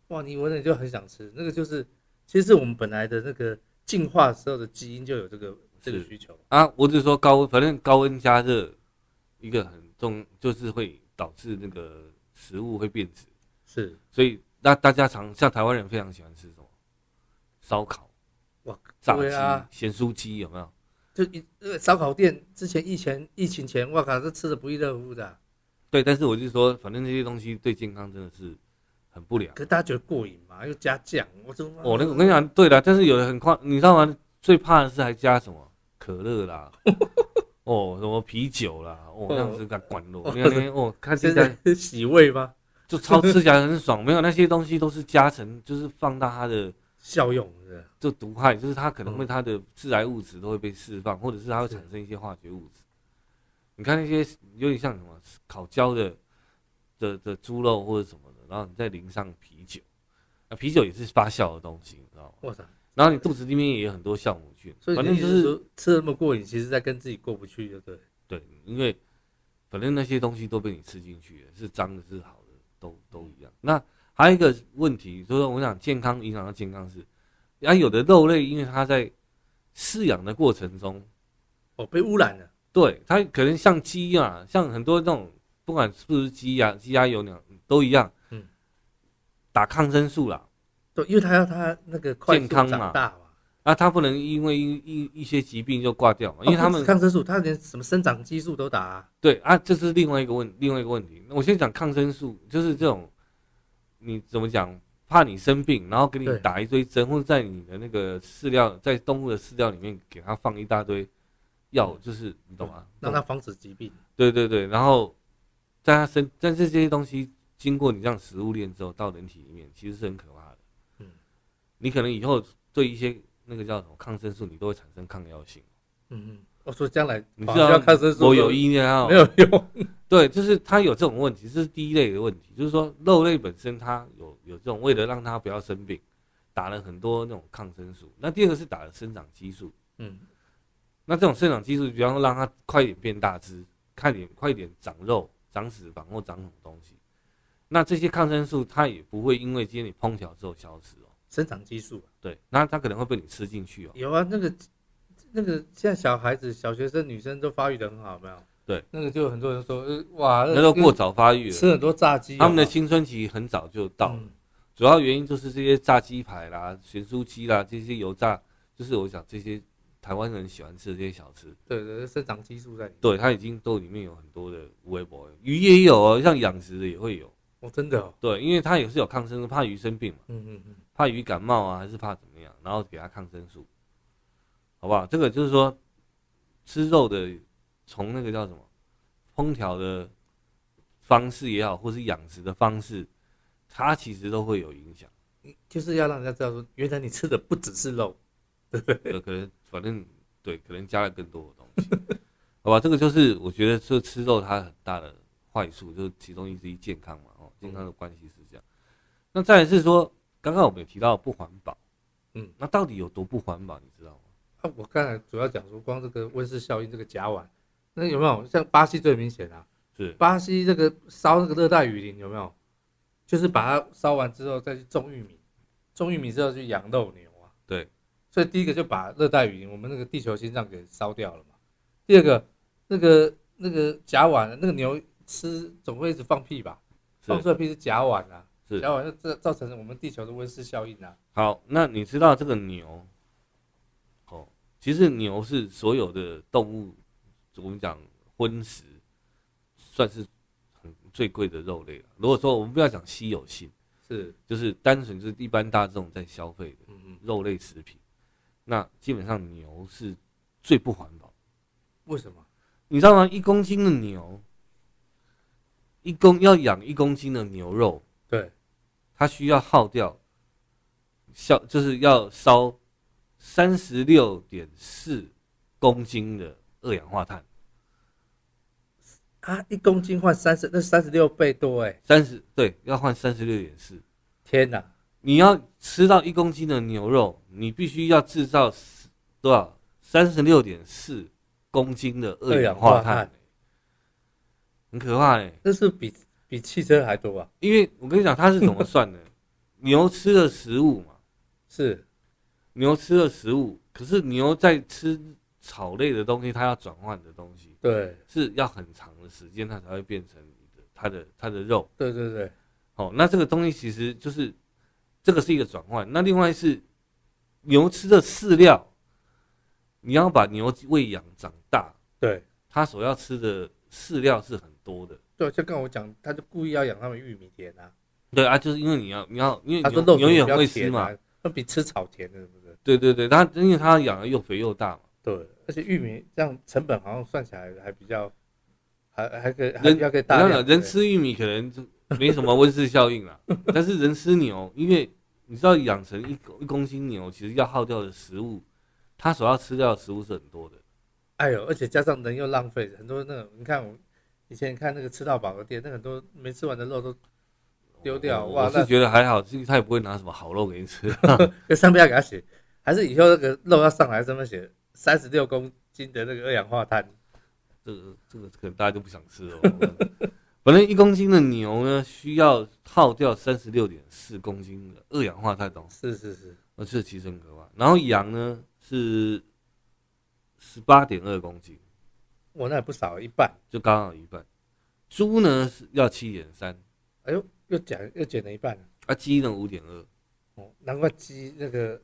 A: 哇，你闻了你就很想吃，那个就是其实是我们本来的那个进化时候的基因就有这个这个
B: 是
A: 需求。
B: 啊，我只是说高温，反正高温加热，一个很重就是会导致那个食物会变质，
A: 是，
B: 所以那大家常像台湾人非常喜欢吃什么烧烤、
A: 哇，
B: 炸
A: 对
B: 鸡、
A: 啊
B: 咸酥鸡，有没有？
A: 就一那个烧烤店之前疫前疫情前，哇靠，这吃的不亦乐乎的啊、
B: 对，但是我就说，反正这些东西对健康真的是很不良
A: 可。是大家觉得过瘾嘛，又加酱，我怎么？
B: 我、哦那个我跟你讲，对了，但是有的很夸，你知道吗？最怕的是还加什么可乐 啦，哦，什么啤酒啦，哦，那样子敢管我，你看 那哦，看
A: 这
B: 现在。
A: 是 洗胃吗？
B: 就超吃起来很爽，没有那些东西都是加成，就是放大它的
A: 效用是不是
B: 就毒害，就是它可能会
A: 嗯
B: 它的致癌物质都会被释放，或者是它会产生一些化学物质。你看那些有点像什么烤焦的的的猪肉或者什么的，然后你再淋上啤酒，啊，啤酒也是发酵的东西，你知道吗？
A: 我操！
B: 然后你肚子里面也有很多酵母菌，
A: 所以
B: 反
A: 你
B: 正
A: 的
B: 就
A: 意思
B: 是
A: 说吃的那么过瘾，其实在跟自己过不去，就对了。
B: 对，因为反正那些东西都被你吃进去了，是脏的，是好的，都都
A: 嗯
B: 一样。那还有一个问题，就是我想健康影响到健康是，啊，有的肉类因为它在饲养的过程中，
A: 哦，被污染了，
B: 对它可能像鸡啊，像很多那种不管是不是鸡呀、鸡鸭有鸟都一样，
A: 嗯，
B: 打抗生素啦，
A: 对，因为他要他那个快速
B: 健康嘛
A: 长大嘛，
B: 那、啊它不能因为一一一些疾病就挂掉嘛，因为他
A: 哦不
B: 们
A: 止抗生素，他连什么生长激素都打、啊，
B: 对啊，这是另外一个问另外一个问题。那我先讲抗生素，就是这种，你怎么讲？怕你生病，然后给你
A: 对
B: 打一堆针，或者在你的那个饲料，在动物的饲料里面给它放一大堆药，就是你懂吗？
A: 嗯让它防止疾病。
B: 对对对，然后在它身，但是这些东西经过你这样食物链之后，到人体里面其实是很可怕的。
A: 嗯，
B: 你可能以后对一些那个叫什么抗生素，你都会产生抗药性。
A: 嗯嗯，我说将来
B: 你
A: 好
B: 知
A: 像
B: 道
A: 要抗生素
B: 我有意念啊，
A: 没有用？
B: 对，就是它有这种问题，这是第一类的问题，就是说肉类本身它有有这种为了让它不要生病，打了很多那种抗生素。那第二个是打了生长激素，
A: 嗯，
B: 那这种生长激素，比方说让它快点变大只，快点快点长肉、长脂肪或长什么东西。那这些抗生素它也不会因为今天你烹调之后消失哦，
A: 生长激素啊
B: 对，那它可能会被你吃进去哦。
A: 有啊，那个那个现在小孩子、小学生、女生都发育的很好，有没有？
B: 对，
A: 那个就有很多人说，呃哇，
B: 那都过早发育
A: 吃
B: 了，
A: 很多炸鸡，
B: 他们的
A: 有没有
B: 青春期很早就到了。
A: 嗯
B: 主要原因就是这些炸鸡排啦、咸酥鸡啦，这些油炸，就是我想这些台湾人喜欢吃的这些小吃，
A: 对对，对生长激素在里面。
B: 对，它已经都里面有很多的微博，鱼也有哦，像养殖的也会有，
A: 哦，真的哦，
B: 对，因为它也是有抗生素，怕鱼生病嘛，
A: 嗯嗯嗯，
B: 怕鱼感冒啊，还是怕怎么样，然后给它抗生素，好不好？这个就是说，吃肉的从那个叫什么烹调的方式也好，或是养殖的方式，它其实都会有影响。
A: 就是要让人家知道说，原来你吃的不只是肉，
B: 对，可能反正对，可能加了更多的东西，好吧？这个就是我觉得这吃肉它很大的坏处，就是其中一之一健康嘛，哦，健康的关系是这样。那再来是说，刚刚我们有提到不环保，
A: 嗯，
B: 那到底有多不环保，你知道吗？
A: 啊，我刚才主要讲说，光这个温室效应这个甲烷，那有没有像巴西最明显啊？
B: 是
A: 巴西这个烧那个热带雨林有没有？就是把它烧完之后再去种玉米，种玉米之后去养肉牛啊。
B: 对，
A: 所以第一个就把热带雨林我们那个地球心脏给烧掉了嘛。第二个，那个那个甲烷，啊那个牛吃总会一直放屁吧？放
B: 是
A: 出来屁是甲烷啊，
B: 是
A: 甲烷就造造成我们地球的温室效应啊。
B: 好，那你知道这个牛？哦，其实牛是所有的动物，我们讲荤食，算是很最贵的肉类了。如果说我们不要讲稀有性，
A: 是，
B: 就是单纯就是一般大众在消费的
A: 嗯嗯，
B: 肉类食品，那基本上牛是最不环保的。
A: 为什么？
B: 你知道吗？一公斤的牛，一公要养一公斤的牛肉，
A: 对，
B: 它需要耗掉，消就是要烧三十六点四公斤的二氧化碳，
A: 啊，一公斤换三十，那三十六倍多哎，
B: 三十对，要换三十六点四。
A: 天哪，
B: 你要吃到一公斤的牛肉，你必须要制造10多少三十六点四公斤的二氧化
A: 二氧化
B: 碳，
A: 碳
B: 很可怕哎、
A: 这是比比汽车还多啊！
B: 因为我跟你讲，它是怎么算的？牛吃了食物嘛，
A: 是，
B: 牛吃了食物，可是牛在吃草类的东西，它要转换的东西
A: 对，
B: 是要很长的时间，它才会变成你的它的它的肉。
A: 对对对，
B: 哦，那这个东西其实就是这个是一个转换。那另外是牛吃的饲料，你要把牛喂养长大，
A: 对
B: 它所要吃的饲料是很多的。
A: 对，就跟我讲，他就故意要养他们玉米田啊，
B: 对啊，就是因为你要你要因
A: 他
B: 为
A: 说肉
B: 牛牛
A: 比
B: 也很
A: 较
B: 会吃
A: 甜
B: 嘛，
A: 啊，那比吃草甜的，是不是？
B: 对对对，它因为它养的又肥又大嘛。
A: 对，而且玉米这样成本好像算起来还比较，还还可以，还
B: 人
A: 要可以
B: 你
A: 大
B: 要
A: 量
B: 讲人吃玉米可能就没什么温室效 应啦，但是人吃牛，因为你知道养成一公一公斤牛，其实要耗掉的食物，它所要吃掉的食物是很多的。
A: 哎呦，而且加上人又浪费，很多那种你看我以前看那个吃到饱的店，那很多没吃完的肉都丢掉
B: 我
A: 哇
B: 嗯我
A: 那
B: 是觉得还好，就是他也不会拿什么好肉给你吃。
A: 那上面要给他写，还是以后那个肉要上来上面写三十六公斤的那个二氧化碳，
B: 这个这个可能大家就不想吃了 哦。反正一公斤的牛呢，需要耗掉三十六点四公斤的二氧化碳哦，
A: 是是是，
B: 呃，这其实很可怕。然后羊呢是十八点二公斤，
A: 我那也不少一半，
B: 就刚好一半。猪呢是要七点三，
A: 哎呦，又减又减了一半了
B: 啊，鸡呢五点二，
A: 哦，难怪鸡那个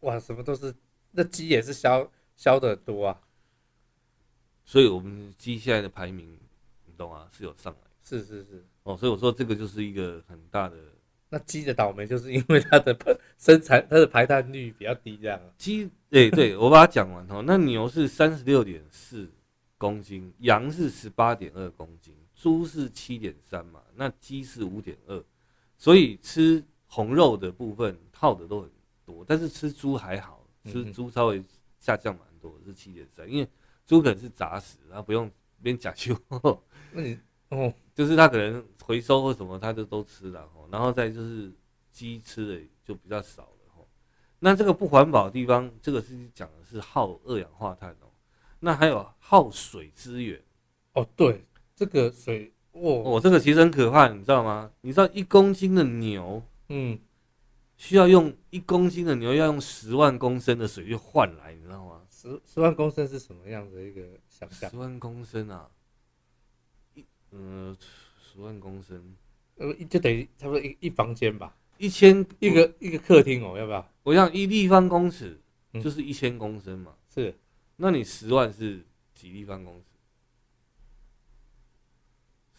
A: 哇什么都是，那鸡也是消消的多啊，
B: 所以我们鸡现在的排名，你懂啊，是有上来的
A: 是是是。
B: 哦。所以我说这个就是一个很大的
A: 那鸡的倒霉就是因为它的 生产它的排碳率比较低，这样啊
B: 鸡，对对，我把它讲完哦。那牛是三十六点四公斤，羊是十八点二公斤，猪是七点三嘛，那鸡是五点二，所以吃红肉的部分套的都很多，但是吃猪还好，吃
A: 嗯哼
B: 猪稍微下降蛮多，是七点三，因为猪可能是杂食，它不用边假修，
A: 那你哦，
B: 就是它可能回收或什么，它就都吃了吼，然后再就是鸡吃的就比较少了吼。那这个不环保的地方，这个是讲的是耗二氧化碳哦，那还有耗水资源
A: 哦，对，这个水哦，
B: 哦，这个其实很可怕，你知道吗？你知道一公斤的牛
A: 嗯，
B: 需要用一公斤的牛要用十万公升的水去换来，你知道吗？
A: 十十万公升是什么样的一个想象？
B: 十万公升啊，一嗯十万公升，
A: 呃，就等于差不多一一房间吧，
B: 一千
A: 一个一个客厅哦，要不要？
B: 我想一立方公尺
A: 嗯
B: 就是一千公升嘛，
A: 是
B: 那你十万是几立方公尺？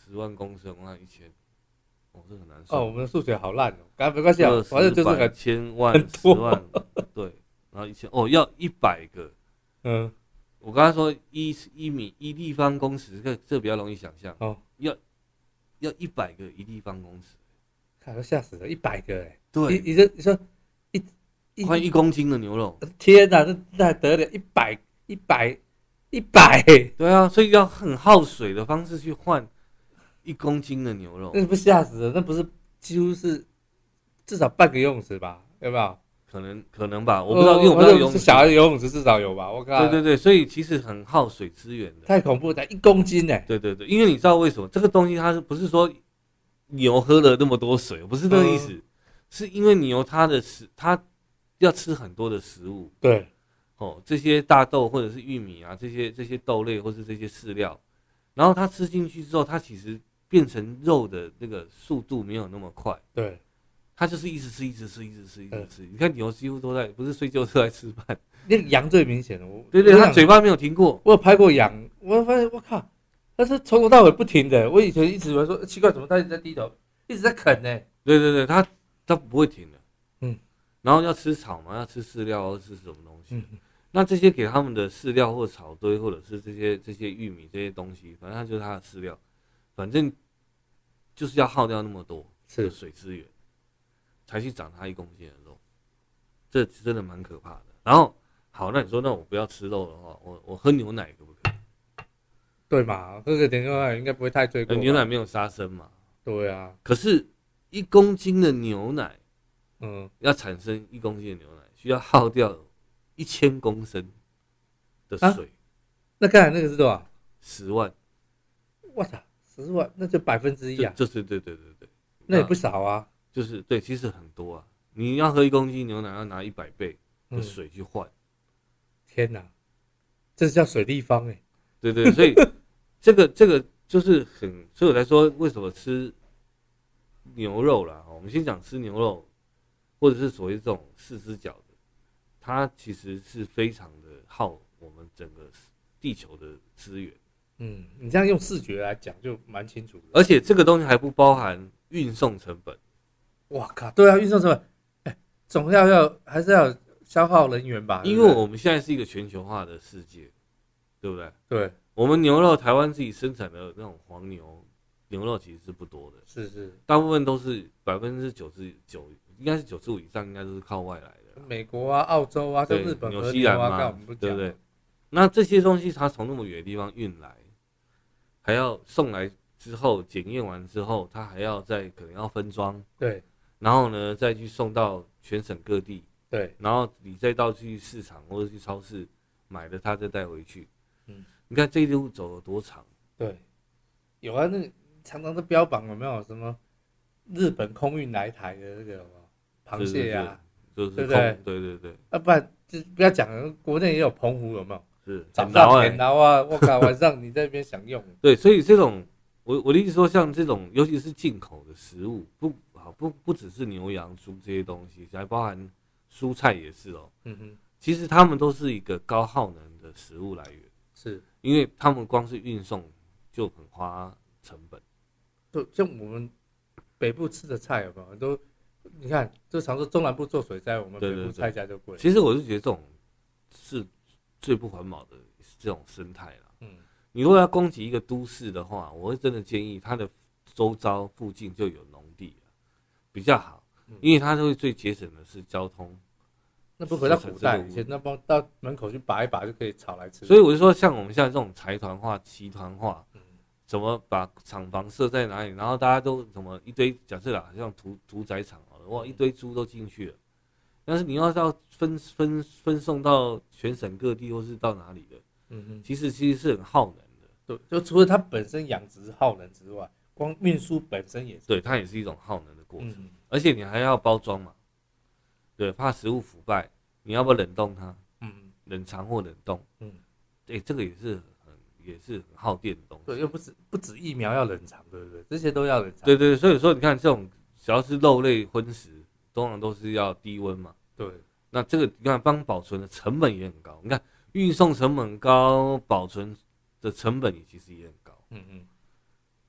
B: 十万公升，我看一千，哦，这很难算。
A: 哦，我，们的数学好烂哦，刚没关系啊
B: 二，
A: 反正
B: 十
A: 就是
B: 百
A: 很
B: 千万
A: 很
B: 十
A: 多
B: 万，对，然后一千，哦，要一百个。
A: 嗯，
B: 我刚才说一一米一立方公尺，这这比较容易想象。
A: 哦，
B: 要要一百个一立方公尺，
A: 看都吓死了，一百个哎，你
B: 对，
A: 你这你说一一
B: 换一公斤的牛肉。
A: 天哪，那那还得了一百一百一百，
B: 对啊，所以要很耗水的方式去换一公斤的牛肉。
A: 那不吓死了？那不是几乎是至少半个游泳池吧？有没有？
B: 可能可能吧，我不知道，因为我不
A: 们
B: 知道游泳池
A: 呃是小孩游泳池至少有吧？我靠，
B: 对对对，所以其实很耗水资源的。
A: 太恐怖了，一公斤哎呢、
B: 对对对，因为你知道为什么这个东西它是不是说牛喝了那么多水，不是那个意思，
A: 嗯
B: 是因为牛它的食它要吃很多的食物
A: 对，
B: 哦，这些大豆或者是玉米啊，这些这些豆类或是这些饲料，然后它吃进去之后，它其实变成肉的那个速度没有那么快。
A: 对，
B: 它就是一直吃，一直吃，一直吃，一直
A: 嗯啊
B: 吃。你看牛几乎都在，不是睡觉都在吃饭。
A: 那个羊最明显了。我
B: 对对，
A: 我
B: 它
A: 想
B: 嘴巴没有停过。
A: 我有拍过羊，我发现我靠，但是从头到尾不停的。我以前一直以为说奇怪，怎么他一直在低头，一直在啃呢、
B: 对对对，它它不会停的。
A: 嗯，
B: 然后要吃草嘛，要吃饲料，要吃什么东西？
A: 嗯
B: 那这些给他们的饲料或草堆，或者是这些这些玉米这些东西，反正它就是它的饲料，反正就是要耗掉那么多的
A: 是
B: 水资源，才去长它一公斤的肉，这真的蛮可怕的。然后好，那你说那我不要吃肉的话，我我喝牛奶可不可以？
A: 对嘛？喝个点牛奶应该不会太罪过
B: 呃
A: 吧。
B: 牛奶没有杀生嘛，
A: 对啊，
B: 可是一公斤的牛奶。
A: 嗯，
B: 要产生一公斤的牛奶，需要耗掉一千公升的
A: 啊
B: 水，
A: 那刚才那个是多少？
B: 十、万。
A: 我操，十万，那就百分之一
B: 这
A: 啊，
B: 这是对对对对，
A: 那也不少啊。
B: 就是对，其实很多啊。你要喝一公斤牛奶，要拿一百倍的
A: 嗯，
B: 水去换。
A: 天哪，这是叫水立方哎、
B: 对对， 所以这个这个就是很，所以我才说为什么吃牛肉啦。哦我们先讲吃牛肉，或者是所谓这种四只脚的，它其实是非常的耗我们整个地球的资源。
A: 嗯，你这样用视觉来讲就蛮清楚的。
B: 而且这个东西还不包含运送成本。
A: 哇靠，对啊，运送成本，哎、总要要还是要有消耗能源吧？
B: 因为我们现在是一个全球化的世界，对不对？
A: 对，
B: 我们牛肉台湾自己生产的那种黄牛牛肉其实是不多的，
A: 是是，
B: 大部分都是百分之九十九，应该是九十五以上，应该都是靠外来的啦，
A: 美国啊、澳洲啊，跟
B: 对
A: 日本、
B: 纽
A: 和
B: 西
A: 牛
B: 兰
A: 啊，
B: 嘛
A: 干我们不
B: 对
A: 讲
B: 不对？那这些东西它从那么远的地方运来，还要送来之后检验完之后，它还要再可能要分装，
A: 对
B: 然后呢再去送到全省各地，
A: 对，
B: 然后你再到去市场或者去超市买了它再带回去。
A: 嗯
B: 你看这一路走了多长？
A: 对，有啊，那个常常都标榜有没有什么日本空运来台的那个有没有螃蟹啊？
B: 就是
A: 对
B: 空，
A: 不对
B: 对对对，
A: 啊，不然就不要讲了，国内也有澎湖有没有？
B: 是
A: 早
B: 很劳
A: 上
B: 哎
A: 田刀啊，我靠，晚上你在那边享 用，
B: 对，所以这种我我的意思说，像这种尤其是进口的食物，不好不不只是牛羊猪这些东西，还包含蔬菜也是哦。
A: 嗯哼，
B: 其实它们都是一个高耗能的食物来源，
A: 是，
B: 因为它们光是运送就很花成本。
A: 就像我们北部吃的菜有没有都，你看，就常说中南部做水灾，我们
B: 对
A: 北
B: 对
A: 部
B: 对
A: 菜价就贵，
B: 其实我是觉得这种是最不环保的这种生态啦。
A: 嗯，
B: 你如果要攻击一个都市的话，我会真的建议它的周遭附近就有农地啊比较好
A: 嗯，
B: 因为它会最节省的是交通。
A: 那不回到古代
B: 是是是
A: 以前，那帮到门口去拔一拔就可以炒来吃，
B: 所以我就说，像我们现在这种财团化、集团化
A: 嗯，
B: 怎么把厂房设在哪里，然后大家都怎么一堆，假设啦，像屠屠宰场好了，
A: 嗯
B: 哇，一堆猪都进去了。但是你要到分分分送到全省各地，或是到哪里的，
A: 嗯哼。
B: 其实其实是很耗能的，
A: 对，就除了它本身养殖耗能之外，光运输本身也是。
B: 对，它也是一种耗能的过程，
A: 嗯，
B: 而且你还要包装嘛，对，怕食物腐败，你要不要冷冻它，
A: 嗯，
B: 冷藏或冷冻，
A: 嗯，
B: 对，这个也是很也是很耗电的东西，
A: 对，又不止不止疫苗要冷藏，对不对？这些都要冷藏。
B: 对对对，所以说你看这种只要是肉类荤食，通常都是要低温嘛，
A: 对，
B: 那这个你看帮保存的成本也很高，你看运送成本高，保存的成本也其实也很高。
A: 嗯嗯，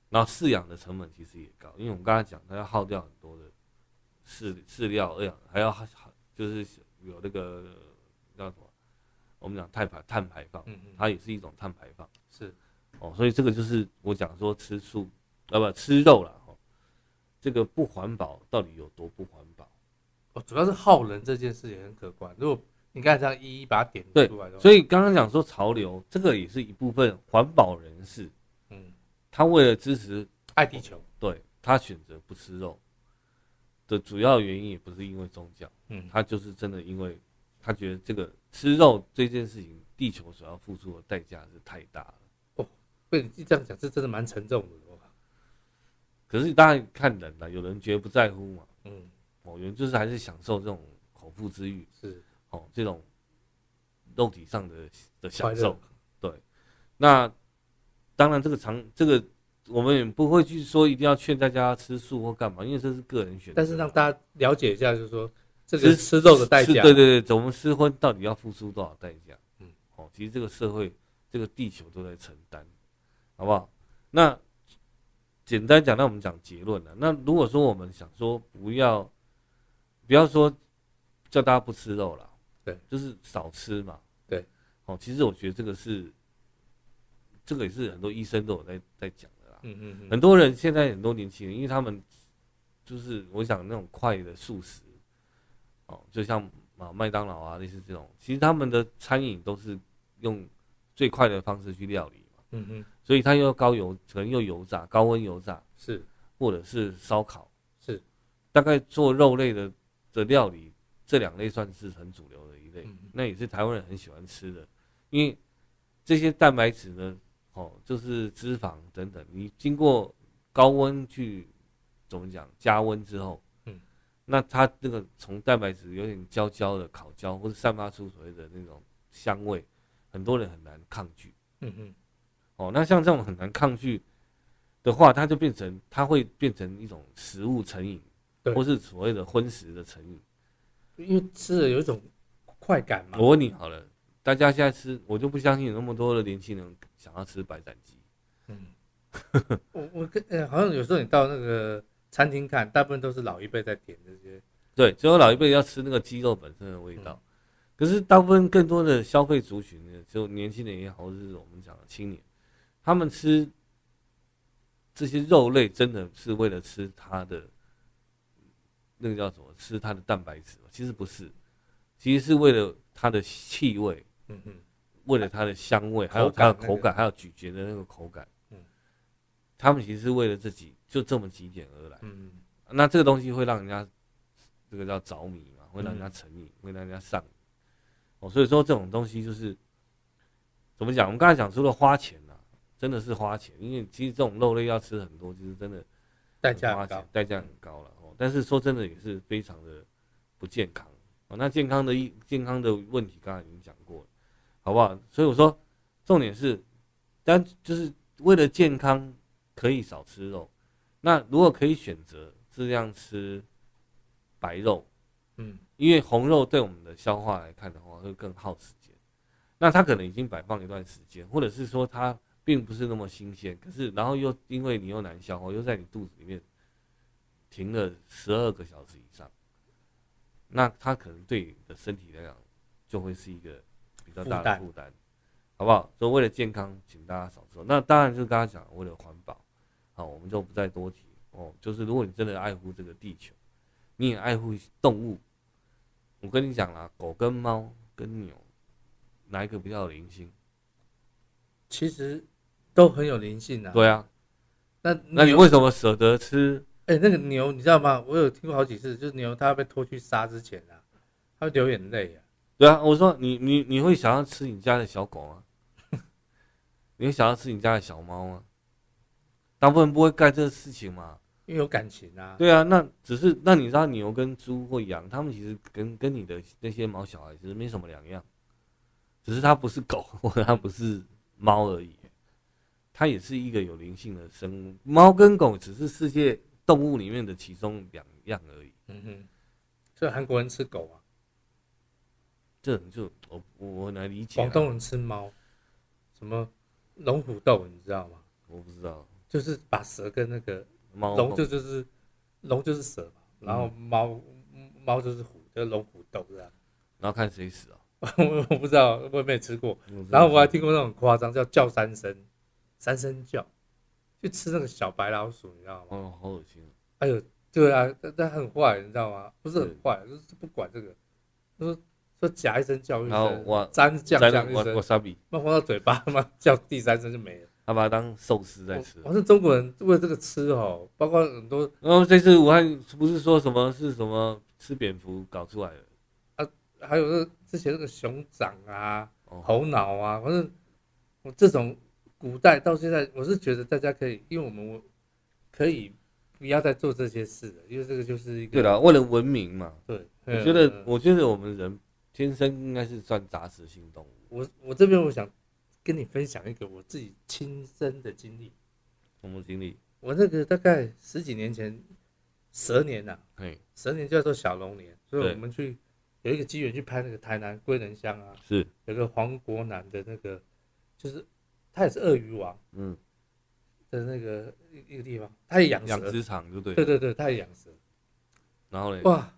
B: 然后饲养的成本其实也高，因为我们刚才讲，它要耗掉很多的饲饲料，二氧还要耗就是有那个叫什么，我们讲碳排碳排放，
A: 嗯嗯，
B: 它也是一种碳排放
A: 是
B: 哦，所以这个就是我讲说吃素啊不吃肉了哦，这个不环保到底有多不环保？
A: 哦，主要是耗能这件事也很可观。如果你刚才这样一一把它点
B: 对
A: 出来的话，
B: 所以刚刚讲说潮流，这个也是一部分环保人士，
A: 嗯，
B: 他为了支持
A: 爱地球，
B: 对他选择不吃肉的主要原因，也不是因为宗教。
A: 嗯，
B: 他就是真的因为他觉得这个吃肉这件事情，地球所要付出的代价是太大了。
A: 被你这样讲，这真的蛮沉重的。哦我靠
B: 可是大家看人啦，有人觉得不在乎嘛，
A: 嗯，
B: 哦，有人就是还是享受这种口腹之欲，
A: 是
B: 哦，这种肉体上的
A: 快
B: 的享
A: 乐
B: 受。对，那当然这个长这个我们也不会去说一定要劝大家吃素或干嘛，因为这是个人选择嘛。
A: 但是让大家了解一下，就是说这
B: 吃
A: 个吃肉的代
B: 是
A: 价，
B: 对对对，我们吃荤到底要付出多少代价？
A: 嗯，
B: 嗯哦，其实这个社会、这个地球都在承担，好不好？那简单讲，那我们讲结论了、那如果说我们想说不要，不要说叫大家不吃肉了，
A: 对，
B: 就是少吃嘛，
A: 对。
B: 哦，其实我觉得这个是，这个也是很多医生都有在在讲的啦。
A: 嗯嗯嗯，
B: 很多人现在很多年轻人，因为他们就是我想那种快的素食，哦，就像啊麦当劳啊类似这种，其实他们的餐饮都是用最快的方式去料理嘛，
A: 嗯嗯，
B: 所以它又高油，可能又油炸、高温油炸，
A: 是
B: 或者是烧烤，
A: 是，
B: 大概做肉类的的料理，这两类算是很主流的一类，
A: 嗯嗯
B: 那也是台湾人很喜欢吃的，因为这些蛋白质呢，哦，就是脂肪等等，你经过高温去怎么讲加温之后，
A: 嗯，
B: 那它这个从蛋白质有点焦焦的烤焦，或者散发出所谓的那种香味，很多人很难抗拒。
A: 嗯嗯，
B: 哦，那像这种很难抗拒的话，它就变成它会变成一种食物成瘾，
A: 对
B: 或是所谓的荤食的成瘾。
A: 因为吃了有一种快感嘛。
B: 我问你好了，大家现在吃，我就不相信有那么多的年轻人想要吃白斩鸡。
A: 嗯，我我跟、呃好像有时候你到那个餐厅看，大部分都是老一辈在点这些，
B: 对，只有老一辈要吃那个鸡肉本身的味道。可是大部分更多的消费族群呢，只有年轻人也好，或者是我们讲的青年，他们吃这些肉类，真的是为了吃它的那个叫什么？吃它的蛋白质吗？其实不是，其实是为了它的气味，
A: 嗯嗯
B: 为了它的香味，还有
A: 口感
B: 它的
A: 那个
B: 口感，还有咀嚼的那个口感。
A: 嗯
B: 他们其实是为了自己就这么几点而来。
A: 嗯
B: 那这个东西会让人家这个叫着迷
A: 嗯
B: 嘛，会让人家成瘾，会让人家上瘾。哦，所以说这种东西就是怎么讲？我们刚才讲除了花钱呐、真的是花钱，因为其实这种肉类要吃很多，就是真的
A: 代
B: 很
A: 价
B: 花
A: 很
B: 钱
A: 高，，
B: 代价很高了哦。但是说真的也是非常的不健康哦。那健康的一健康的问题，刚才已经讲过了，好不好？所以我说，重点是，但就是为了健康，可以少吃肉。那如果可以选择这样吃白肉，
A: 嗯
B: 因为红肉对我们的消化来看的话，会更耗时间。那它可能已经摆放一段时间，或者是说它并不是那么新鲜，可是然后又因为你又难消化，又在你肚子里面停了十二个小时以上，那它可能对你的身体来讲就会是一个比较大的负担，好不好？所以为了健康，请大家少吃肉。那当然就是刚刚讲，为了环保，好，我们就不再多提哦。就是如果你真的爱护这个地球，你也爱护动物，我跟你讲啦，狗跟猫跟牛，哪一个比较有灵性？
A: 其实都很有灵性啊。，
B: 对啊，
A: 那
B: 那你
A: 牛
B: 为什么舍得吃？
A: 哎、那个牛你知道吗？我有听过好几次，就是牛它被拖去杀之前啊，它会流眼泪啊。
B: 对啊，我说你你你会想要吃你家的小狗吗？ 你会想要吃你家的小猫吗？大部分不会干这个事情嘛。
A: 因为有感情啊，
B: 对啊，那只是那你知道牛跟猪或羊，它们其实跟跟你的那些毛小孩其实没什么两样，只是它不是狗 或者它不是猫而已，它也是一个有灵性的生物。猫跟狗只是世界动物里面的其中两样而已。
A: 嗯哼，所以韩国人吃狗啊，
B: 这种就我我我很难理解啊、
A: 广东人吃猫，什么龙虎斗你知道吗？
B: 我不知道
A: 就是把蛇跟那个
B: 猫
A: 龙
B: 狗
A: 就就是龙就是蛇嘛，然
B: 嗯
A: 后猫猫就是虎，就是龙虎斗这样。
B: 然后看谁死啊。
A: 我我不知道，我也没吃过。
B: 我不知道
A: 然后我还听过那种夸张，叫叫三声，三声叫，去吃那个小白老鼠，你知道吗？
B: 哦，好恶心啊！
A: 哎呦，对啊，但但很坏，你知道吗？不是很坏，就是不管这个，说说夹一声叫一
B: 然后
A: 声，
B: 我
A: 沾酱
B: 在
A: 酱一
B: 我我
A: 声，
B: 沙比，
A: 那放到嘴巴嘛， 叫第三声就没了。
B: 他把它当寿司在吃啊
A: 我。我是中国人，为了这个吃哦，包括很多
B: 然后这次武汉不是说什么是什么吃蝙蝠搞出来的？
A: 还有那之前那个熊掌啊、
B: 哦
A: 猴脑啊，反正我这种古代到现在，我是觉得大家可以，因为我们我可以不要再做这些事了，因为这个就是一个
B: 对了，为了文明嘛，
A: 对。
B: 我
A: 嗯
B: 觉得
A: 嗯
B: 我觉得我们人天生应该是算杂食性动物。
A: 我嗯我这边我想跟你分享一个我自己亲身的经历。
B: 什么经历？
A: 我那个大概十几年前，蛇年呐、啊，
B: 嘿，
A: 蛇年叫做小龙年，所以
B: 对
A: 我们去有一个机缘去拍那个台南归仁乡啊，
B: 是，
A: 有个黄国南的那个，就是他也是鳄鱼王。
B: 嗯，
A: 的的那个一一个地方，他也养
B: 养
A: 蛇，
B: 殖场就对了。
A: 对对对，他也养蛇，
B: 然后呢？
A: 哇，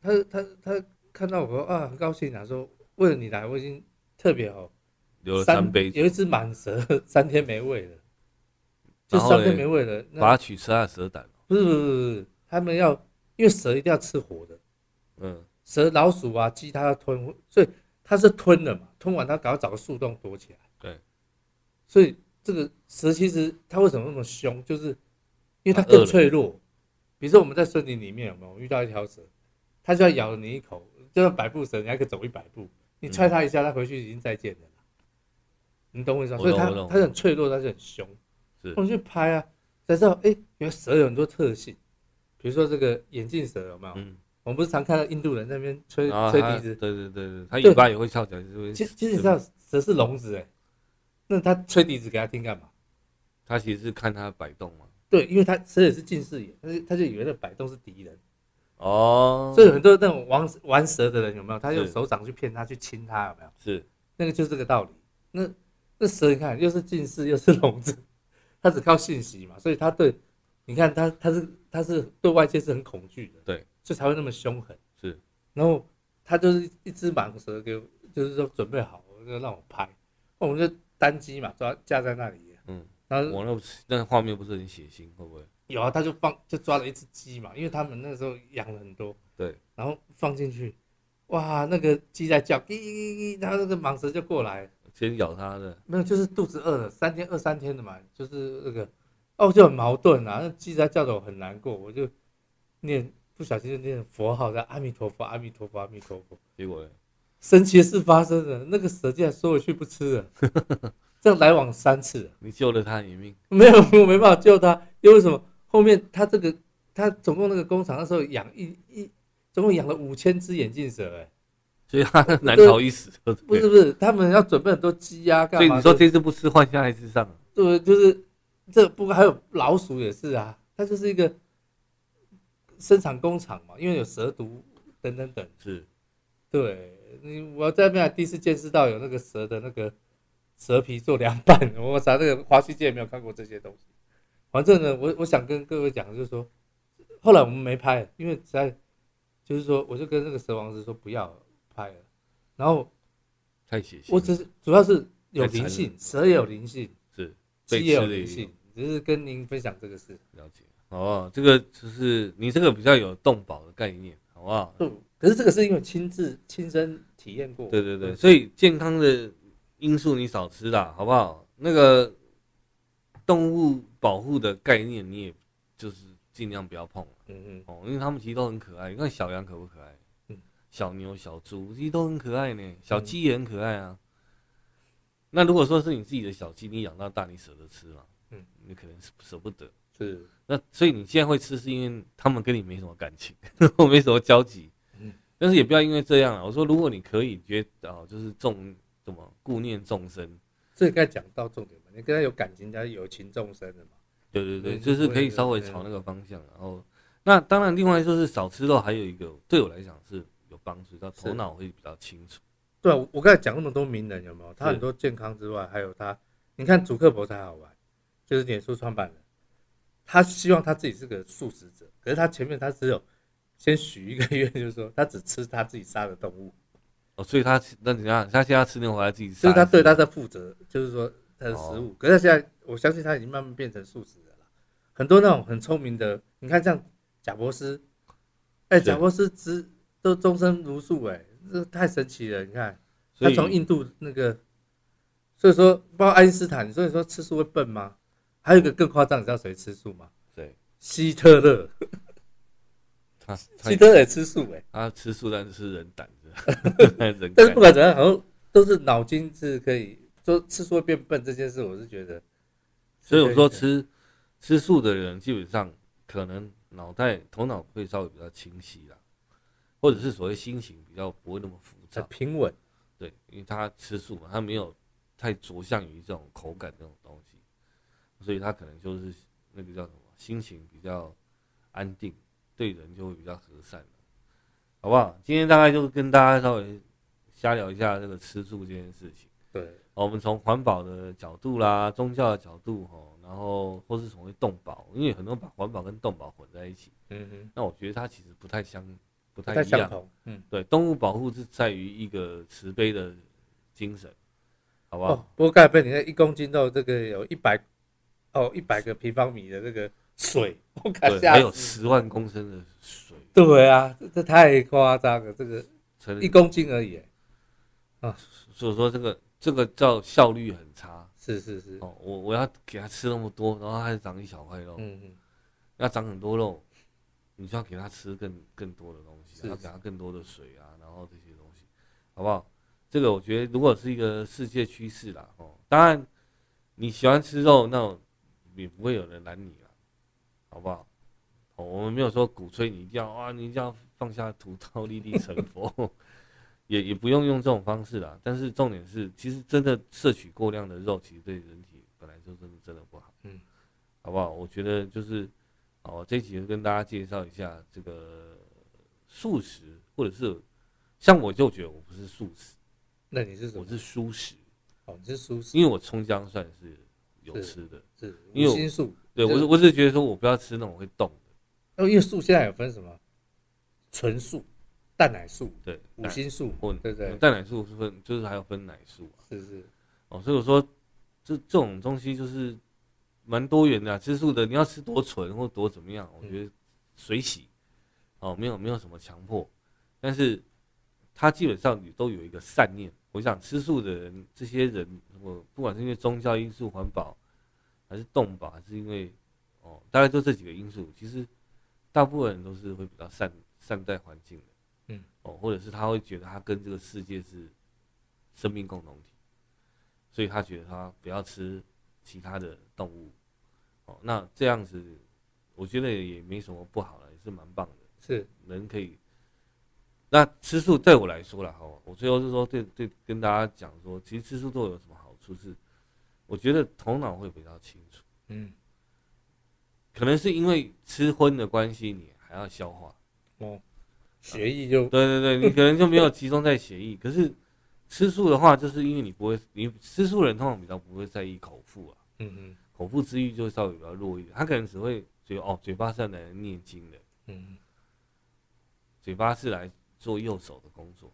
A: 他他他看到我说啊，很高兴啊，说为了你来，我已经特别好，
B: 留了三杯酒
A: 有一，只满蛇， 三天没喂了，就
B: 然后
A: 三天
B: 嘞
A: 没喂了，那
B: 把它取吃它的蛇胆。
A: 不是不是不是不是，他们要因为蛇一定要吃活的，
B: 嗯，
A: 蛇、老鼠啊、鸡，它要吞，所以它是吞了嘛，吞完它赶快找个树洞躲起来。
B: 对，
A: 所以这个蛇其实它为什么那么凶，就是因为它
B: 它饿
A: 更
B: 了
A: 脆弱。比如说我们在森林里面有没有遇到一条蛇，它就要咬你一口，就像百步蛇，你还可以走一百步，你踹它一下，它回去已经再见了啦。你懂我意思吗？
B: 我
A: 所
B: 懂
A: 以它
B: 我懂
A: 它是很脆弱，它是很凶。
B: 是
A: 我们去拍啊，才知道哎、诶原来蛇有很多特性，比如说这个眼镜蛇有没有？
B: 嗯，
A: 我们不是常看到印度人在那边吹
B: 然后
A: 吹
B: 它
A: 笛子，
B: 对对对对，它
A: 对
B: 尾巴也会翘起来，就是
A: 其其实你知道蛇是聋子哎，那他吹笛子给他听干嘛？
B: 它其实是看它摆动嘛。
A: 对，因为他蛇也是近视眼，但是他就以为那摆动是敌人，
B: 哦，
A: 所以很多那种玩玩蛇的人有没有？他用
B: 是
A: 手掌去骗他去亲他有没有？
B: 是
A: 那个就是这个道理。那那蛇你看又是近视又是聋子，他只靠信息嘛，所以他对，你看他他是他是对外界是很恐惧的，
B: 对，
A: 所以才会那么凶狠。
B: 是，
A: 然后他就是一只蟒蛇给我，就是说准备好，就让我拍，我们就单机嘛，抓架在那里，啊
B: 嗯，
A: 然后
B: 我那那画面不是很血腥，会不会？
A: 有啊，他就放就抓了一只鸡嘛，因为他们那时候养了很多，
B: 对，
A: 然后放进去，哇，那个鸡在叫，叽叽叽，然后那个蟒蛇就过来，
B: 先咬它的，
A: 没有，就是肚子饿了，三天二三天的嘛，就是那个，哦，就很矛盾啊，那鸡在叫的我很难过，我就念不小心就念佛号，在阿弥陀佛，阿弥陀佛，阿弥陀佛。
B: 结果呢？
A: 神奇的事发生了，那个蛇竟然说回去不吃了，这样来往三次了，
B: 你救了它一命，
A: 没有我没办法救他，因为什么？后面他这个他总共那个工厂那时候养一一总共养了五千只眼镜蛇、哎，
B: 所以它难逃一死。对
A: 不
B: 对
A: 是不是，他们要准备很多鸡啊，干
B: 所
A: 嘛的？
B: 以你说这次不吃，换下一次上。
A: 对，就是这不还有老鼠也是啊，它就是一个生产工厂嘛，因为有蛇毒等等等。
B: 是，
A: 对，你我在那边还第一次见识到有那个蛇的那个蛇皮做凉拌，我查那个华西街也没有看过这些东西。反正呢，我我想跟各位讲，就是说，后来我们没拍，因为实在就是说，我就跟那个蛇王子说不要拍了。然后
B: 太血腥了。
A: 我只是主要是有
B: 太残
A: 灵
B: 忍
A: 性，蛇也有灵性，
B: 是被
A: 鸡也有
B: 吃的
A: 灵
B: 也
A: 性，只是跟您分享这个事。
B: 了解哦，这个就是你这个比较有动保的概念，好不好？
A: 嗯，可是这个是因为亲自亲身体验过。
B: 对对对，所以健康的因素你少吃啦，好不好？那个动物保护的概念，你也就是尽量不要碰
A: 嗯嗯，
B: 哦，因为它们其实都很可爱。你看小羊可不可爱？
A: 嗯
B: 小牛、小猪其实都很可爱呢，小鸡也很可爱啊。那如果说是你自己的小鸡，你养到大，你舍得吃吗？
A: 嗯，
B: 你可能是舍不得。
A: 是
B: 那所以你现在会吃，是因为他们跟你没什么感情， 没什么交集
A: 嗯。
B: 但是也不要因为这样啊。我说，如果你可以觉得哦，就是重怎么顾念众生，
A: 这应该讲到重点嘛，你跟他有感情，他有情众生的嘛。
B: 对对对，
A: 嗯
B: 就是可以稍微朝那个方向。然后，那当然，另外就是少吃肉，还有一个对我来讲是有帮助，叫
A: 是
B: 头脑会比较清楚。
A: 对啊，我我刚才讲那么多名人有没有？他
B: 是
A: 很多健康之外，还有他，你看祖克伯才好玩，就是脸书创办人，他希望他自己是个素食者，可是他前面他只有先许一个愿，就是说他只吃他自己杀的动物，
B: 哦，所以他那你看，他现在吃牛回来自己
A: 就
B: 杀一
A: 是
B: 次，
A: 他对他在负责，就是说他的
B: 哦
A: 食物。可是他现在，我相信他已经慢慢变成素食了啦。很多那种很聪明的，你看像贾博士，哎、
B: 是
A: 贾博士只都终身如素、哎，这太神奇了，你看。
B: 所
A: 他
B: 以
A: 从印度那个，所以说包括爱因斯坦，所以说吃素会笨吗？还有一个更夸张，你知道谁吃素吗？
B: 对
A: 希特勒，
B: 他他
A: 希特勒也吃素哎、
B: 他吃素，但是吃人胆 子， 人
A: 但是不
B: 肝
A: 管怎样，好像都是脑筋是可以说吃素会变笨这件事，我是觉得，
B: 所以我说吃吃素的人，基本上可能脑袋头脑会稍微比较清晰啦，或者是所谓心情比较不会那么浮
A: 很
B: 躁。
A: 平稳，
B: 对，因为他吃素嘛，他没有太着向于这种口感这种东西，所以他可能就是那个叫什么，心情比较安定，对人就会比较和善好不好？今天大概就跟大家稍微瞎聊一下这个吃素这件事情。
A: 对，
B: 哦我们从环保的角度啦、宗教的角度哦，然后或是从动保，因为很多人把环保跟动保混在一起，
A: 嗯哼，
B: 那我觉得它其实不太相
A: 不
B: 不太
A: 太
B: 一样
A: 相。同，嗯，
B: 对，动物保护是在于一个慈悲的精神，好不好？
A: 哦，不过盖被你那一公斤肉，这个有一百，哦，一百个平方米的这个水，我靠，
B: 对，
A: 哎吓
B: 还有
A: 死
B: 十万公升的水，
A: 对啊，这这太夸张了，这个
B: 成
A: 一公斤而已耶，
B: 所以说这个这个叫效率很差
A: 是是是，
B: 哦。我我要给它吃那么多，然后它还长一小块肉，
A: 嗯嗯，
B: 要长很多肉，你就要给它吃更更多的东西，啊
A: 是
B: 要给它更多的水啊，然后这些东西，好不好？这个我觉得如果是一个世界趋势啦，哦，当然你喜欢吃肉，那也不会有人拦你啦，好不好？哦，我们没有说鼓吹你一定要啊，你一定要放下屠刀立地成佛， 也也不用用这种方式啦。但是重点是，其实真的摄取过量的肉，其实对人体本来就真的真的不好，
A: 嗯，
B: 好不好？我觉得就是哦，这一集就跟大家介绍一下这个素食，或者是像我就觉得我不是素食，
A: 那你是什
B: 我
A: 么？
B: 是蔬食，
A: 哦，你是素食，
B: 因为我葱姜蒜是有
A: 是
B: 吃的，
A: 是
B: 因为
A: 无
B: 我
A: 心素，
B: 对
A: 就
B: 我是我是觉得说我不要吃那种会动的，
A: 哦，因为素现在有分什么纯素、蛋奶素、
B: 对，
A: 五星素
B: 或，
A: 对不对？
B: 蛋嗯奶素是分就是还有分奶素啊，
A: 是是，
B: 哦，所以我说这这种东西就是蛮多元的、啊，吃素的你要吃多纯或多怎么样，我觉得随喜，哦，没有没有什么强迫，但是它基本上你都有一个善念。我想吃素的人，这些人，我不管是因为宗教因素、环保，还是动保，还是因为哦，大概就这几个因素，其实大部分人都是会比较善善待环境的，
A: 嗯，
B: 哦，或者是他会觉得他跟这个世界是生命共同体。所以他觉得他不要吃其他的动物。哦，那这样子，我觉得也没什么不好了，也是蛮棒的，
A: 是
B: 人可以。那吃素对我来说啦，好吧，我最后是说对对跟大家讲说，其实吃素对我有什么好处是，我觉得头脑会比较清楚，
A: 嗯，
B: 可能是因为吃荤的关系，你还要消化，
A: 学艺就
B: 对对对，你可能就没有集中在血液。可是吃素的话，就是因为你不会，你吃素人通常比较不会在意口腹啊。
A: 嗯嗯
B: 口腹之欲就稍微比较弱一点，他可能只会觉得哦，嘴巴是来念经的，
A: 嗯，
B: 嘴巴是来做右手的工作，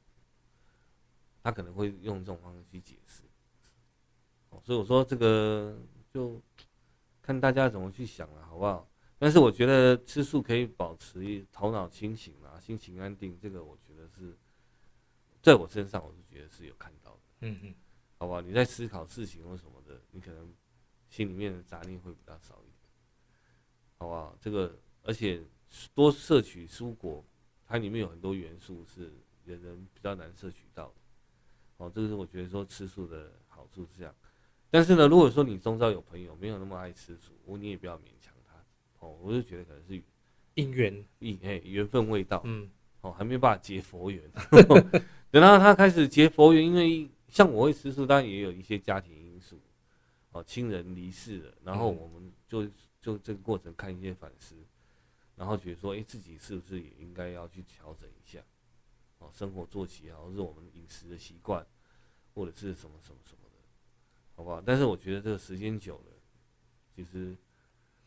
B: 他可能会用这种方式去解释。哦，所以我说这个就看大家怎么去想了，好不好？但是我觉得吃素可以保持头脑清醒啊，心情安定，这个我觉得是在我身上，我是觉得是有看到的，
A: 嗯嗯，
B: 好不好？你在思考事情或什么的，你可能心里面的杂念会比较少一点。好不好？这个而且多摄取蔬果，它里面有很多元素是人人比较难摄取到的。哦，这个是我觉得说吃素的好处是这样。但是呢，如果说你周遭有朋友没有那么爱吃素，我你也不要勉强他。哦，我就觉得可能是
A: 姻缘，
B: 因哎缘分未到，
A: 嗯
B: 哦还没有办法结佛缘。 等到他开始结佛缘，因为像我会吃素，当然也有一些家庭因素，哦，亲人离世了，然后
A: 嗯
B: 我们就就这个过程看一些反思，然后觉得说，哎、自己是不是也应该要去调整一下，哦，生活作息啊，或是我们饮食的习惯，或者是什么什么什么的，好不好？但是我觉得这个时间久了，其实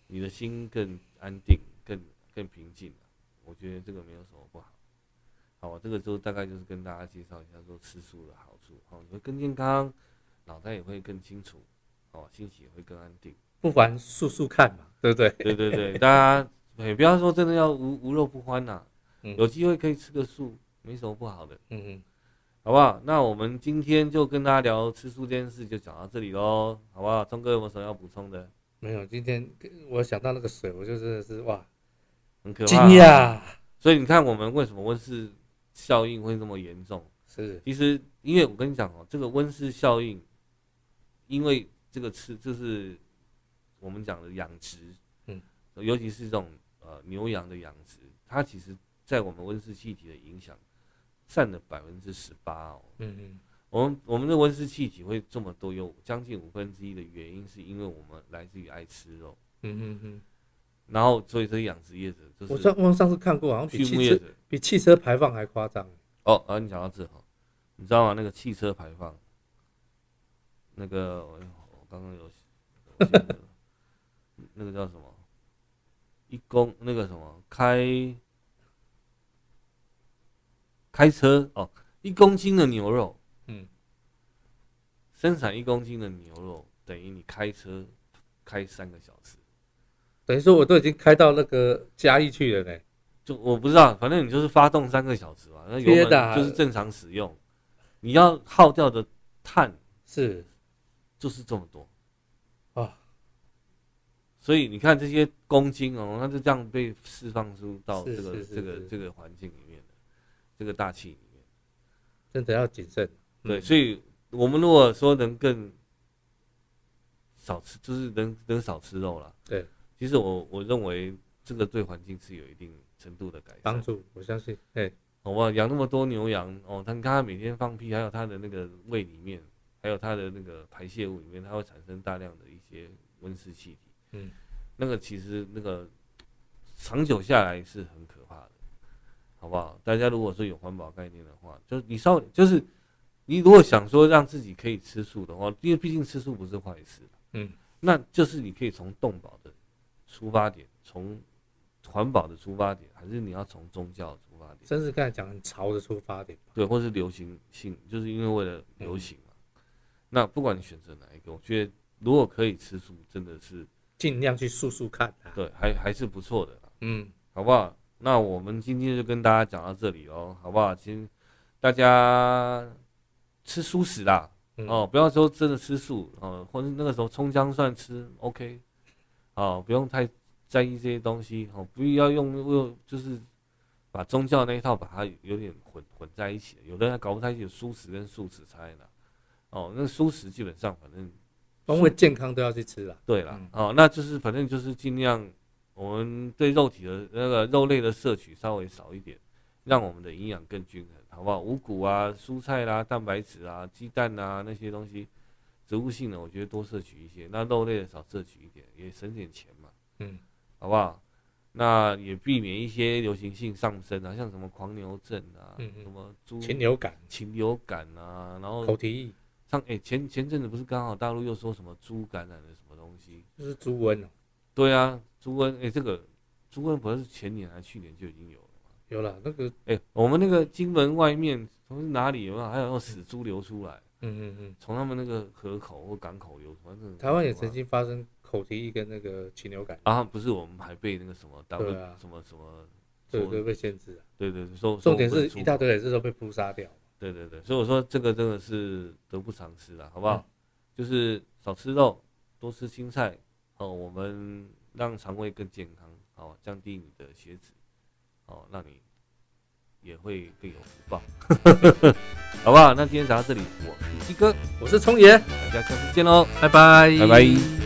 B: 你的心更安定，更更平静了、我觉得这个没有什么不好。好，这个就大概就是跟大家介绍一下说吃素的好处，哦，你会更健康，脑袋也会更清楚，哦，心情也会更安定。
A: 不妨素素看嘛，对不对？
B: 对对对，大家也不要说真的要无无肉不欢呐、
A: 嗯
B: 有机会可以吃个素，没什么不好的，
A: 嗯嗯，
B: 好不好？那我们今天就跟大家聊吃素这件事，就讲到这里喽，好不好？钟哥有没有什么要补充的？
A: 没有，今天我想到那个水，我就真的是哇，
B: 很可
A: 惊
B: 怕，
A: 讶，
B: 所以你看我们为什么温室效应会那么严重？
A: 是
B: 其实，因为我跟你讲哦，这个温室效应，因为这个吃就是我们讲的养殖，
A: 嗯，
B: 尤其是这种呃牛羊的养殖，它其实在我们温室气体的影响占了百分之十八哦。
A: 嗯嗯，
B: 我们我们的温室气体会这么多，有将近五分之一的原因是因为我们来自于爱吃肉，
A: 嗯嗯嗯，
B: 然后所以这些养殖业者就
A: 我
B: 是
A: 上我上次看过，好像比
B: 畜牧
A: 汽
B: 业
A: 车
B: 者。
A: 比汽车排放还夸张，
B: 哦，啊，你讲到这哈，你知道吗？那个汽车排放那个我我刚刚有我记得那个叫什么一公那个什么开开车哦，一公斤的牛肉，
A: 嗯，
B: 生产一公斤的牛肉等于你开车开三个小时。
A: 等于说我都已经开到那个嘉义去了呢，
B: 就我不知道，反正你就是发动三个小时嘛，那油
A: 憋的啊
B: 门就是正常使用，你要耗掉的碳
A: 是
B: 就是这么多
A: 啊。
B: 所以你看这些公斤哦，它就这样被释放出到
A: 是
B: 这个
A: 是是
B: 这个
A: 是
B: 这个环境里面的这个大气里面。
A: 真的要谨慎。
B: 对，
A: 嗯
B: 所以我们如果说能更少吃，就是能能少吃肉了。
A: 对，
B: 其实我我认为这个对环境是有一定程度的改善
A: 帮。助，我相信，哎，
B: 好吧，哦养那么多牛羊哦，它你看它每天放屁，还有它的那个胃里面，还有它的那个排泄物里面，它会产生大量的一些温室气体。
A: 嗯，
B: 那个其实那个长久下来是很可怕的，好不好？大家如果说有环保概念的话，就是你稍微就是你如果想说让自己可以吃素的话，因为毕竟吃素不是坏事，
A: 嗯，
B: 那就是你可以从动保的出发点，从环保的出发点，还是你要从宗教的出发点。
A: 真是刚才讲很潮的出发点，
B: 对，或是流行性，就是因为为了流行嘛。那不管你选择哪一个，我觉得如果可以吃素，真的是
A: 尽量去速速看啊。
B: 对，还还是不错的啦，
A: 嗯，
B: 好不好？那我们今天就跟大家讲到这里哦，好不好？请大家吃素食啦，
A: 嗯
B: 哦，不要说真的吃素哦，或者那个时候葱姜蒜吃 OK，哦，不用太在意这些东西哦，不要用用就是把宗教那一套把它有点混混在一起，有的人还搞不太清楚素食跟素食差在哪。哦，那素食基本上反正
A: 因为健康都要去吃啦。
B: 对啦，
A: 嗯
B: 哦，那就是反正就是尽量我们对肉体的那个肉类的摄取稍微少一点，让我们的营养更均衡，好不好？五谷啊、蔬菜啦、蛋白质啊、鸡蛋啊那些东西，植物性的我觉得多摄取一些，那肉类的少摄取一点，也省点钱嘛，
A: 嗯，
B: 好不好？那也避免一些流行性上升啊，像什么狂牛症啊，
A: 嗯嗯
B: 什么猪
A: 禽流感、
B: 禽流感啊，然后
A: 口蹄疫，
B: 上哎、前前阵子不是刚好大陆又说什么猪感染了什么东西，
A: 就是猪瘟哦。
B: 对啊，猪瘟，哎、这个猪瘟不是前年还是去年就已经有了嘛？
A: 有了那个，
B: 哎、我们那个金门外面从哪里有没有还有那种死猪流出来，
A: 嗯嗯嗯，
B: 从他们那个河口或港口流出来，那个
A: 台湾也曾经发生口蹄疫跟那个禽流感，
B: 啊，不是我们还被那个什么 W
A: 对啊
B: 什么什么，
A: 对
B: 说
A: 对被限制啊。
B: 对对对，说
A: 重点是
B: 说不能出口
A: 一大堆人是都被扑杀掉。
B: 对对对，所以我说这个真的是得不偿失了，好不好？
A: 嗯
B: 就是少吃肉，多吃青菜，哦，我们让肠胃更健康，哦，降低你的血脂，哦，让你也会更有福报， 好不好？那今天讲到这里，我是鸡哥，
A: 我是聪爷，
B: 大家下次见喽，
A: 拜拜，
B: 拜拜。